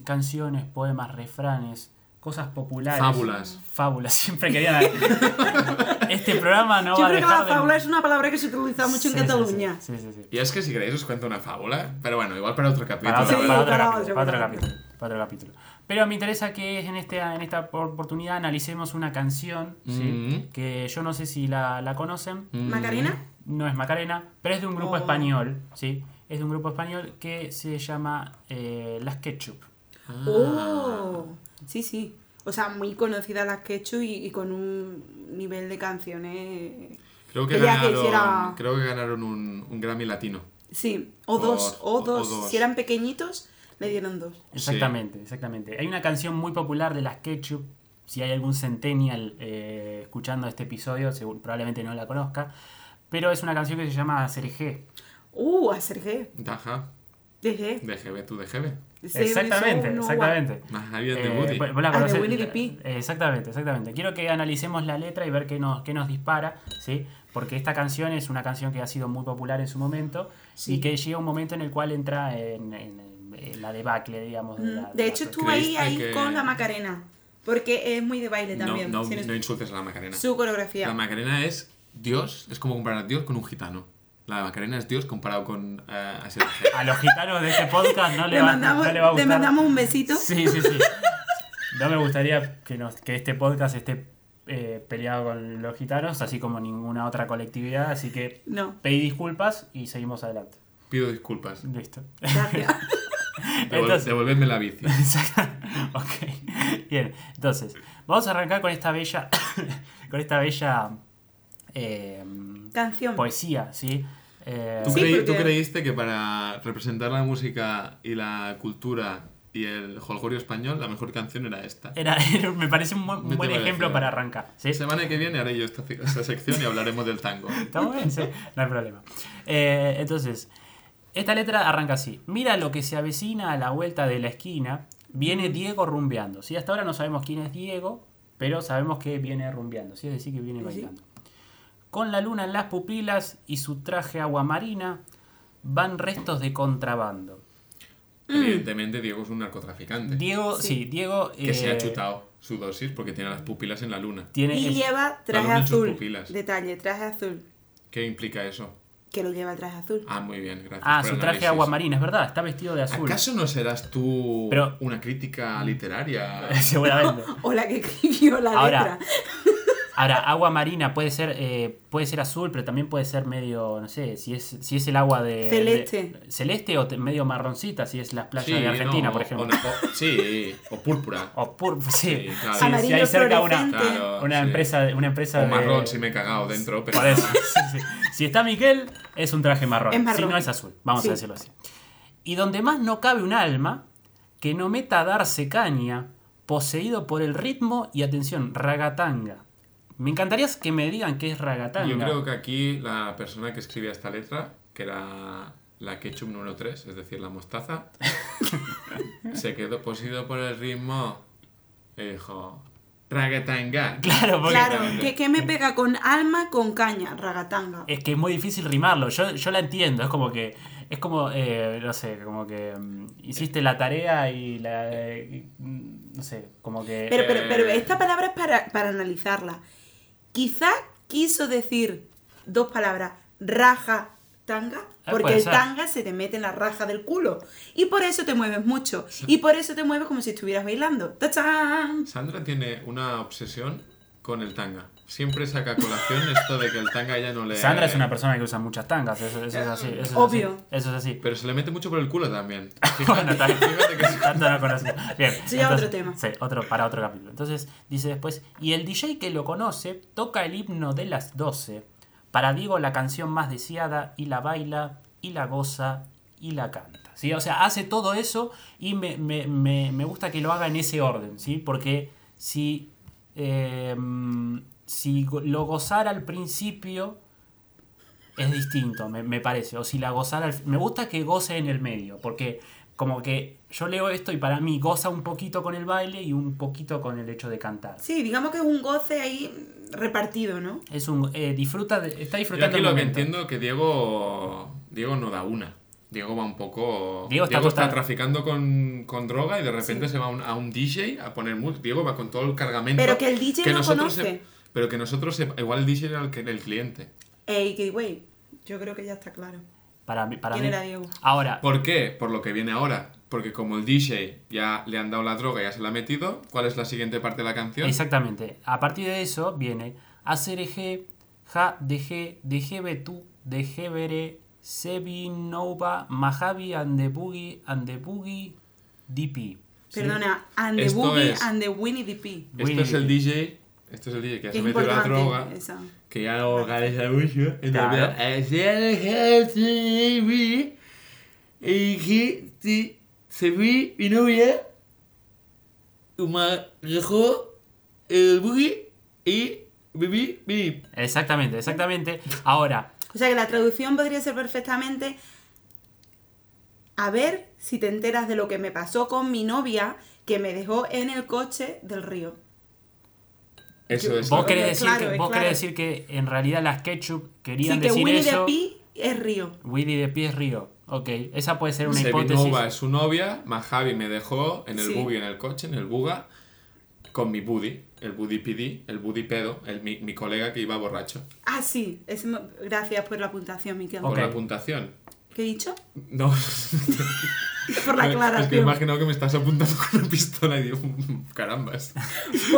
S1: canciones, poemas, refranes, cosas populares.
S2: Fábulas.
S1: Fábulas. <laughs> Siempre quería. este programa no
S3: Yo
S1: va a
S3: creo que la
S1: dejar de-
S3: fábula es una palabra que se utiliza mucho en
S1: Sí, sí,
S3: Cataluña.
S1: Sí, sí, sí. sí.
S2: Y es que si queréis os cuento una fábula, pero bueno, igual para otro capítulo.
S1: Para otro,
S3: Sí,
S1: para otro
S3: para
S1: capítulo,
S3: otro,
S1: para otro
S3: para
S1: capítulo, para otro capítulo. Pero me interesa que en, este, en esta oportunidad analicemos una canción ¿sí?
S2: Mm.
S1: que yo no sé si la, la conocen.
S3: ¿Macarena?
S1: No es Macarena, pero es de un grupo
S3: Oh.
S1: español. ¿sí? Es de un grupo español que se llama eh, Las Ketchup.
S3: ¡Oh! Sí, sí. O sea, muy conocida la Quechu y, y con un nivel de canciones.
S2: Creo que
S3: Quería que
S2: ganaron,
S3: hiciera-
S2: creo que ganaron un, un Grammy latino.
S3: Sí, o dos,
S2: O-
S3: o,
S2: o
S3: dos.
S2: dos.
S3: Si eran pequeñitos, le dieron dos.
S1: Exactamente, exactamente. Hay una canción muy popular de las Ketchup. Si hay algún centennial eh, escuchando este episodio, seguro- probablemente no la conozca. Pero es una canción que se llama Sergé.
S3: ¡Uh! A Sergé.
S2: Daja,
S3: Dejé.
S2: de GB, tú de GB.
S1: Exactamente, exactamente.
S2: Más había de
S1: Eh,
S2: Woody.
S1: vos- vos la
S3: Ah, de
S1: conocés-
S3: Willy P.
S1: eh, Exactamente, exactamente. Quiero que analicemos la letra y ver qué nos, qué nos dispara, ¿sí? Porque esta canción es una canción que ha sido muy popular en su momento y que llega un momento en el cual entra en, en- en la debacle, digamos. De, la-
S3: Mm, De hecho,
S1: la-
S3: estuve ahí,
S2: Creíste
S3: ahí
S2: que-
S3: con la Macarena. Porque es muy de baile
S2: No,
S3: también.
S2: no,
S3: tienes
S2: no insultes a la Macarena.
S3: Su
S2: La
S3: coreografía.
S2: Macarena es Dios, es como comparar a Dios con un gitano. La Macarena es Dios comparado con eh, a Sergio.
S1: A los gitanos de este podcast
S3: <laughs>
S1: no le,
S3: le,
S1: va,
S3: mandamos,
S1: no le va a
S3: le
S1: gustar.
S3: mandamos un besito.
S1: Sí, sí, sí. No me gustaría que, nos- que este podcast esté eh, peleado con los gitanos, así como ninguna otra colectividad, así que <laughs>
S3: No.
S1: pedí disculpas y seguimos adelante.
S2: Pido disculpas.
S1: Listo.
S3: Gracias.
S2: Devol-
S1: <laughs> Entonces-
S2: devolvedme la bici.
S1: <laughs> ok. Bien, entonces, vamos a arrancar con esta bella. <coughs> con esta bella. eh,
S3: Canción.
S1: poesía, ¿sí? Eh,
S2: ¿Tú,
S3: Sí,
S2: creí-
S3: porque-
S2: tú creíste que para representar la música y la cultura y el Holgorio Español, la mejor canción era esta.
S1: Era, me parece un buen, un
S2: ¿Qué te
S1: buen
S2: parece?
S1: ejemplo para arrancar. Eh, ¿sí?
S2: La semana que viene haré yo esta, esta sección y hablaremos del
S1: <laughs>
S2: tango.
S1: ¿Estamos bien? Sí, no hay problema. Eh, entonces, esta letra arranca así. Mira lo que se avecina a la vuelta de la esquina. Viene Diego rumbeando. ¿sí? Hasta ahora no sabemos quién es Diego, pero sabemos que viene rumbeando. ¿sí? Es decir, que viene
S3: Sí, sí.
S1: bailando. Con la luna en las pupilas y su traje aguamarina van restos de contrabando.
S2: Evidentemente Diego es un narcotraficante.
S1: Diego, sí,
S3: Sí.
S1: Diego...
S2: que se
S1: eh,
S2: ha chutado su dosis porque tiene las pupilas en la luna.
S1: Tiene
S3: Y
S1: es-
S3: lleva traje
S2: luna en sus
S3: azul.
S2: pupilas.
S3: Detalle, traje azul.
S2: ¿Qué implica eso?
S3: Que lo lleva traje azul.
S2: Ah, muy bien, gracias.
S1: Ah,
S2: por
S1: su
S2: el
S1: traje
S2: análisis.
S1: aguamarina, es verdad, está vestido de azul.
S2: ¿Acaso no serás tú
S1: Pero-
S2: una
S1: <laughs>
S2: crítica literaria?
S1: <laughs> Seguramente.
S3: O la que escribió la
S1: Ahora,
S3: letra.
S1: Ahora, agua marina puede ser, eh, puede ser azul, pero también puede ser medio, no sé, si es, si es el agua de...
S3: Celeste.
S1: de- celeste o te- medio marroncita, si es las playas
S2: Sí,
S1: de
S2: no,
S1: Argentina, por
S2: o-
S1: ejemplo.
S2: o- sí, o púrpura.
S1: <laughs> O, pur- sí,
S2: Sí, claro.
S1: sí, si hay
S3: Ah, Amarillo
S1: cerca una,
S3: fluorescente.
S2: Claro,
S1: una
S2: sí.
S1: empresa, de- una empresa
S2: O
S1: de...
S2: marrón, si me he cagado dentro. Pero...
S1: Por eso, <laughs> sí, sí. Si está Miguel, es un traje marrón.
S3: Es marrón.
S1: Si no, es azul. Vamos
S3: Sí.
S1: a decirlo así. Y donde más no cabe un alma que no meta a darse caña, poseído por el ritmo y atención, ragatanga. Me encantaría que me digan qué es ragatanga.
S2: <laughs>
S1: <laughs>
S2: Yo creo que aquí la persona que escribía esta letra, que era la ketchup número 3, es decir,
S1: <laughs>
S2: la mostaza, se quedó poseído por el ritmo y dijo: Ragatanga.
S1: Claro, Eh, porque
S3: Claro,
S2: Exactamente.
S3: que, que me pega con alma con caña, ragatanga.
S1: es que es muy difícil rimarlo. Yo, yo la entiendo. Es como que. Es como, eh, no sé, como que mm, hiciste la tarea y la. eh, mm, no sé, como que.
S3: Pero, pero, pero
S2: Eh.
S3: esta palabra es para, para analizarla. Quizá quiso decir dos palabras, raja, tanga,
S1: Ah,
S3: porque
S1: puede
S3: el
S1: ser.
S3: tanga se te mete en la raja del culo. Y por eso te mueves mucho. Y por eso te mueves como si estuvieras bailando. ¡Tachán!
S2: Sandra tiene una obsesión con el tanga. Siempre saca a colación esto de que el tanga ya no le.
S1: Sandra es una persona que usa muchas tangas, eso, eso es así. Eso es
S3: Obvio.
S1: así, eso es así.
S2: Pero se le mete mucho por el
S1: <laughs>
S2: culo también.
S1: Bueno,
S2: Fíjate,
S1: tal-
S2: fíjate que sí.
S1: tanto no conocía. Bien.
S3: Sí, a otro tema.
S1: Sí, otro, para otro capítulo. Entonces dice después, y el DJ que lo conoce toca el himno de las 12, para Diego la canción más deseada, y la baila, y la goza, y la canta. ¿Sí? O sea, hace todo eso y me, me- me- me gusta que lo haga en ese orden, ¿sí? Porque si, eh, si go- lo gozara al principio es distinto, me, me parece. O si la gozara. al fi- Me gusta que goce en el medio, porque como que yo leo esto y para mí goza un poquito con el baile y un poquito con el hecho de cantar.
S3: Sí, digamos que es un goce ahí repartido, ¿no?
S1: Es un. eh, disfruta de- está
S2: Yo
S1: disfrutando
S2: aquí
S1: el
S2: lo que
S1: momento.
S2: entiendo que Diego. Diego no da una. Diego va un poco.
S1: Diego está acostado.
S2: traficando con, con droga y de repente se va a un, a un DJ a poner música. Diego va con todo el cargamento.
S3: Pero que el DJ no
S2: nosotros
S3: conoce.
S2: se- pero que nosotros. se- igual el DJ era el, que- el cliente.
S3: Ey, Gateway, yo creo que ya está claro.
S1: Para mí. Para
S3: ¿Quién
S1: mí.
S3: era Diego?
S1: Ahora,
S2: ¿Por qué? Por lo que viene ahora. Porque como el DJ ya le han dado la droga, ya se la ha metido, ¿cuál es la siguiente parte de la canción?
S1: exactamente. A partir de eso viene hacer eje, ja, deje, deje betú, deje veré, sebi, nova, majavi, and the boogie, and the boogie, DP. ¿Sí?
S3: Perdona, and the
S2: Esto
S3: Boogie
S2: es-
S3: and the Winnie the Pooh.
S2: Esto es el DJ. Esto es el DJ que ya se
S3: Es
S2: ha metido la
S3: importante
S2: droga.
S3: esa.
S2: Que ya no organiza mucho. Entonces,
S1: Claro.
S2: es el jefe, y que si se vi mi novia, y me dejó el buggy y viví mi.
S1: Exactamente, exactamente. Ahora,
S3: O sea que la traducción podría ser perfectamente a ver si te enteras de lo que me pasó con mi novia que me dejó en el coche del río.
S2: Eso es.
S1: Vos
S2: lo
S1: querés
S2: que-
S3: Es
S1: decir,
S3: claro,
S1: que,
S3: es
S1: vos querés
S3: claro.
S1: decir que en realidad las ketchup querían
S3: Así que
S1: decir
S3: Winnie the
S1: eso.
S3: Pooh es río.
S1: Willy de pie es río. Ok, esa puede ser una hipótesis.
S2: Sevinova es su novia, Majavi me dejó en el
S3: Sí.
S2: buggy, en el coche, en el buga, con mi buddy, el buddy PD, el buddy pedo, el, mi, mi colega que iba borracho.
S3: Ah, sí. es mo- gracias por la puntuación, Miquel.
S2: Por
S1: Ok.
S2: la puntuación.
S3: ¿Qué he dicho?
S2: <laughs>
S3: <laughs>
S2: No, <laughs>
S3: Por la
S2: es que he
S3: aclaración.
S2: imaginado que me estás apuntando con una pistola y digo, "Mm, carambas.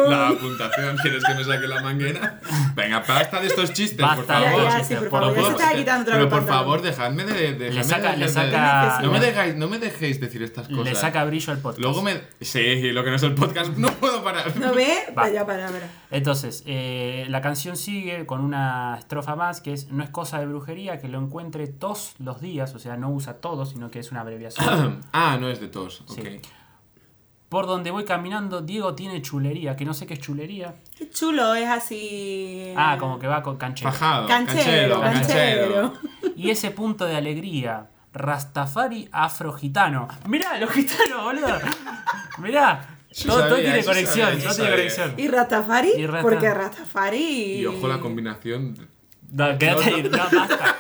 S2: La puntuación, ¿quieres que me saque la manguera? Venga, basta de estos chistes, por
S1: Basta de
S2: favor.
S1: estos
S3: ya, ya, sí,
S1: chistes,
S3: por
S1: por
S3: favor. Ya se
S1: favor.
S3: estaba quitando otra
S2: pues,
S3: vez
S2: eh, Pero
S3: el
S2: por
S3: pantalón.
S2: favor, dejadme de. dejadme
S1: Le
S2: de-
S1: saca, le
S2: de-
S1: saca,
S2: No me, dejáis, no me dejéis decir estas cosas.
S1: le saca brillo al podcast.
S2: Luego me. Sí, lo que no es el podcast, <laughs> no puedo parar. <coughs>
S3: ¿No ve?
S1: <laughs> Va.
S3: Vaya palabra.
S1: Entonces, eh, la canción sigue con una estrofa más que es no es cosa de brujería que lo encuentre
S2: <coughs>
S1: todos los días, o sea, no usa todos, sino que es una abreviación.
S2: ah, no es de tos.
S1: Sí. eh,
S2: ok.
S1: Por donde voy caminando, Diego tiene chulería, que no sé qué es chulería.
S3: Qué Chulo, es así.
S1: Ah, como que va con canchero.
S2: Fajado,
S3: Canchero,
S2: canchero,
S3: canchero.
S2: canchero.
S1: Y ese punto de alegría, Rastafari afrogitano. Mirá, los gitanos, boludo. Mirá,
S2: Yo
S1: todo, todo
S2: sabía,
S1: tiene
S2: yo
S1: conexión,
S2: sabía, yo
S1: todo tiene
S2: sabía.
S1: conexión.
S3: ¿Y Ratafari?
S1: Y Rata-
S3: Porque Ratafari.
S2: Y ojo la combinación.
S1: No, quédate ahí, no, basta.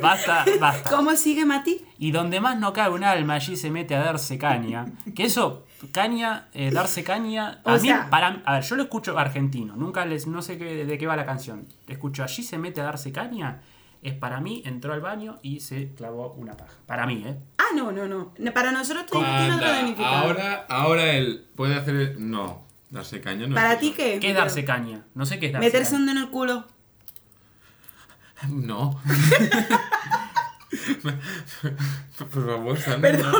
S1: Basta, basta.
S3: ¿Cómo sigue Mati?
S1: Y donde más no cabe un alma, allí se mete a darse caña. Que eso, caña, eh, darse caña. A
S3: O
S1: mí,
S3: sea-
S1: para, a ver, yo lo escucho argentino, nunca les, no sé qué- de qué va la canción. Escucho, allí se mete a darse caña. Es para mí, entró al baño y se clavó una paja. Para mí, ¿eh?
S3: Ah, no, no, no. No, Para nosotros tiene tiene otro
S2: Anda,
S3: significado.
S2: ahora, ahora él puede hacer. el- No, darse caña no.
S3: ¿Para
S2: es
S3: ti
S2: eso.
S3: qué?
S1: ¿Qué es darse caña? No sé qué es darse
S3: Meterse
S1: caña.
S3: un dedo en el culo. <laughs>
S2: No. <laughs> Por favor, Sandra. no.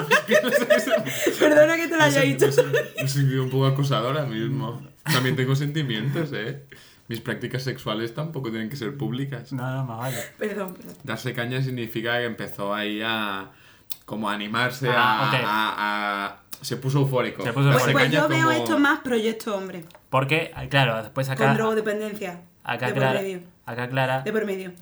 S3: Perdona que te lo
S2: Me
S3: haya
S2: he
S3: dicho.
S2: sentido- Me he sentido un poco acosado ahora mismo. También tengo sentimientos, ¿eh? Mis prácticas sexuales tampoco tienen que ser públicas.
S1: No, no, más vale.
S3: <laughs> Perdón, perdón.
S2: Darse caña significa que empezó ahí a... Como a animarse, a-
S1: Ah, ok.
S2: a, a- Se puso eufórico.
S1: Se puso
S2: Darse
S3: Pues,
S1: eufórico.
S2: caña
S3: pues yo veo
S2: como-
S3: esto más proyecto hombre.
S1: Porque, claro, después
S3: Con
S1: acá.
S3: drogodependencia.
S1: Acá
S3: de por
S1: Clara,
S3: medio.
S1: acá Clara,
S3: De por medio.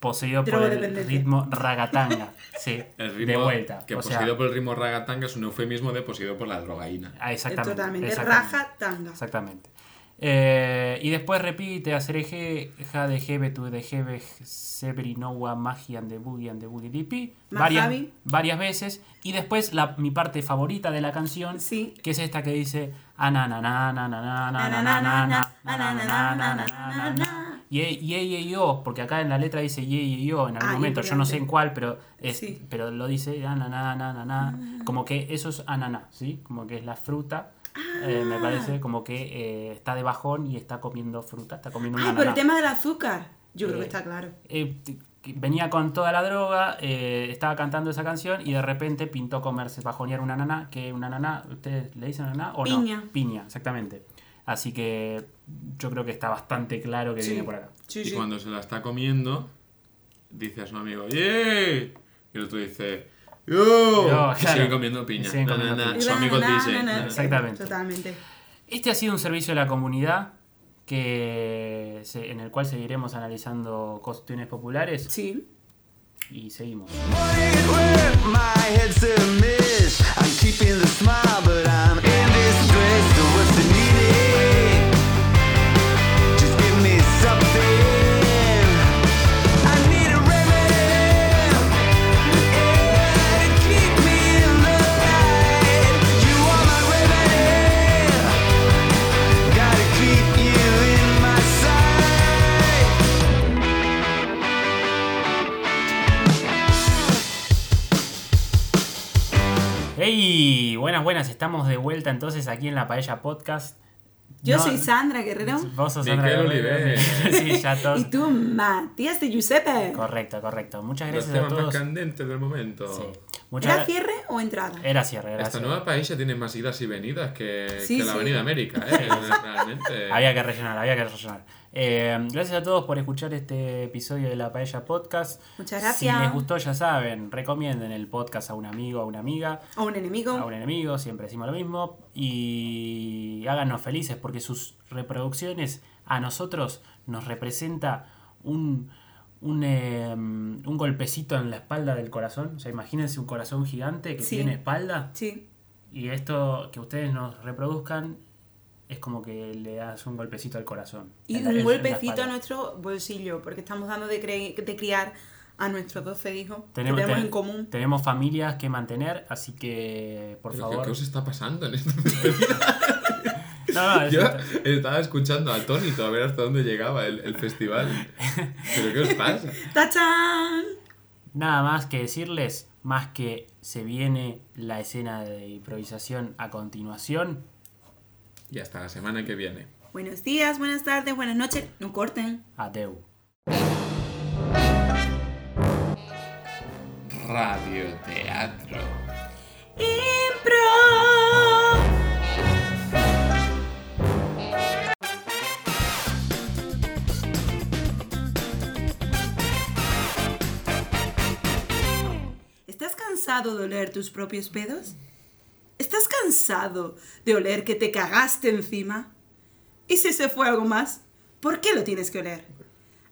S1: poseído por el
S3: drogodependencia.
S1: ritmo ragatanga. Sí,
S2: <laughs> El ritmo
S1: de vuelta.
S2: Que
S1: o sea,
S2: poseído por el ritmo ragatanga es un eufemismo de poseído por la drogaína.
S1: Ah, exactamente.
S3: Totalmente.
S1: exactamente,
S3: Raja tanga.
S1: Exactamente. Eh, y después repite, hacer eje, ja de jebe tu de jebe, sebrinowa, magia and the boogie and the boogie dipi, varias,
S3: Majabi.
S1: varias veces. Y después la, mi parte favorita de la canción,
S3: Sí.
S1: que es esta que dice, anananananananananananananananananananananananananananananananananananananananananananananananananananananananananana. y ye ye yo, porque acá en la letra dice ye ye yo en algún
S3: Ah,
S1: momento, yo no sé en cuál,
S3: importante.
S1: pero es-
S3: Sí.
S1: pero lo dice ananá, ananá, como que eso es ananá, ¿sí? Como que es la fruta, eh, me parece, como que eh, está de bajón y está comiendo fruta, está comiendo un
S3: Ay, por
S1: ananá.
S3: el tema del azúcar. Yo creo que
S1: Eh,
S3: está claro.
S1: Eh, t- que venía con toda la droga, eh, estaba cantando esa canción y de repente pintó comerse, bajonear un ananá, que un ananá, ¿ustedes le dicen ananá o
S3: Piña.
S1: no? Piña, exactamente. Así que yo creo que está bastante claro que
S3: Sí.
S1: viene por acá.
S3: Sí,
S2: y
S3: sí.
S2: cuando se la está comiendo, dice a su amigo, ¡Yey! Y el otro dice, ¡Yo!
S1: Yo,
S2: y
S1: claro.
S2: siguen comiendo piña.
S1: Y siguen
S2: Na, na,
S1: comiendo
S2: na.
S1: piña.
S2: Su amigo
S3: Na, na,
S2: dice,
S3: na, na.
S1: Exactamente.
S3: Totalmente.
S1: Este ha sido un servicio de la comunidad que se- en el cual seguiremos analizando cuestiones populares
S3: Sí.
S1: y seguimos.
S4: Money's where my head's a mess. I'm keeping the smile, but I'm in distress. So what's the need? Just give me something. I need a remedy. Yeah, to keep me in the light. You are my remedy. Gotta keep you in my sight.
S1: ¡Hey! Buenas, buenas. Estamos de vuelta entonces aquí en la Paella Podcast.
S3: Yo
S1: No-
S3: soy Sandra Guerrero.
S1: Vos sos Sandra
S2: Miguel
S1: Gabriel.
S2: Oliver.
S1: <laughs> sí, ya todos.
S3: Y tú, Matías de Giuseppe.
S1: Correcto, correcto. Muchas
S2: Los
S1: gracias a
S2: temas más
S1: todos.
S2: candentes del momento.
S1: Sí.
S3: ¿Era
S1: Muchas gra-
S3: cierre o entrada?
S1: Era cierre, era
S2: Esta
S1: cierre.
S2: nueva paella tiene más idas y venidas que,
S3: Sí,
S2: que la
S3: sí.
S2: Avenida América,
S1: <laughs>
S2: ¿eh? Realmente.
S1: Había que rellenar, había que rellenar. Eh, gracias a todos por escuchar este episodio de la Paella Podcast.
S3: Muchas gracias.
S1: Si les gustó, ya saben, recomienden el podcast a un amigo, a una amiga.
S3: ¿O un enemigo?
S1: a un enemigo, siempre decimos lo mismo. Y háganos felices porque sus reproducciones a nosotros nos representa un, un, eh, un golpecito en la espalda del corazón. O sea, imagínense un corazón gigante que
S3: Sí.
S1: tiene espalda.
S3: Sí.
S1: Y esto que ustedes nos reproduzcan es como que le das un golpecito al corazón.
S3: Y
S1: En la- en- en
S3: un
S1: la
S3: golpecito a
S1: espalda.
S3: nuestro bolsillo, porque estamos dando de, cre- de criar a nuestros 12 hijos
S1: Tenemos,
S3: que tenemos
S1: ten-
S3: en común.
S1: tenemos familias que mantener, así que por
S2: Pero, ¿qué-
S1: favor.
S2: ¿Qué os está pasando en esto? <laughs>
S1: No, no, es-
S2: Yo estaba escuchando a Tony, a ver hasta dónde llegaba el, el
S1: <laughs>
S2: festival. ¿Pero qué os pasa?
S3: ¡Tachán!
S1: Nada más que decirles, más que se viene la escena de improvisación a continuación.
S2: Y hasta la semana que viene.
S3: Buenos días, buenas tardes, buenas noches. No corten.
S1: Adeu.
S2: Radioteatro.
S3: Impro. ¿Estás cansado de oler tus propios pedos? ¿Estás cansado de oler que te cagaste encima? ¿Y si se fue algo más? ¿Por qué lo tienes que oler?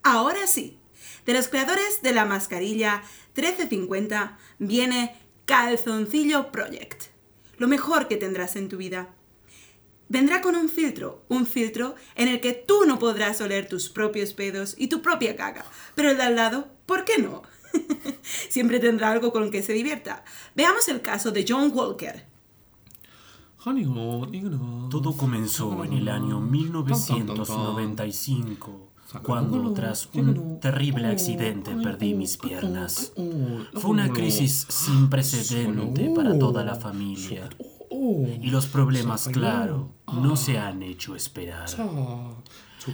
S3: Ahora sí, de los creadores de la mascarilla 1350 viene Calzoncillo Project. Lo mejor que tendrás en tu vida. Vendrá con un filtro, un filtro en el que tú no podrás oler tus propios pedos y tu propia caga, pero el de al lado, ¿por qué no? <laughs> Siempre tendrá algo con que se divierta. Veamos el caso de John Walker.
S1: Todo comenzó en el año 1995, cuando tras un terrible accidente perdí mis piernas. Fue una crisis sin precedente para toda la familia. Y los problemas, claro, no se han hecho esperar.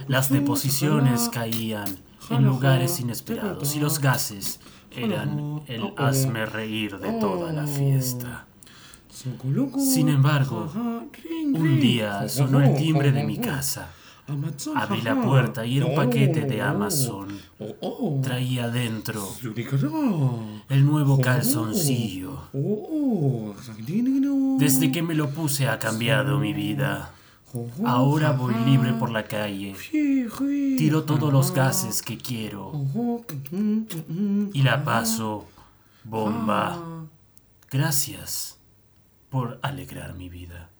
S1: Las deposiciones caían en lugares inesperados y los gases eran el hazme reír de toda la fiesta. Sin embargo, un día sonó el timbre de mi casa. Abrí la puerta y era un paquete de Amazon. Traía dentro el nuevo calzoncillo. Desde que me lo puse ha cambiado mi vida. Ahora voy libre por la calle. Tiro todos los gases que quiero y la paso bomba. Gracias por alegrar mi vida.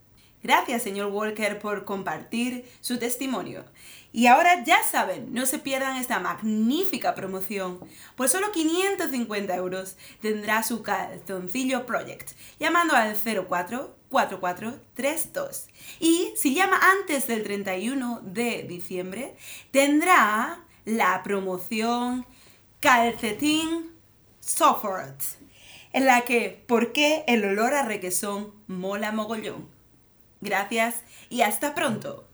S3: Gracias, señor Walker, por compartir su testimonio. Y ahora ya saben, no se pierdan esta magnífica promoción. Por solo 550 euros tendrá su calzoncillo Project, llamando al 044432. Y si llama antes del 31 de diciembre, tendrá la promoción Calcetín Soffort, en la que, ¿por qué el olor a requesón mola mogollón? Gracias y hasta pronto.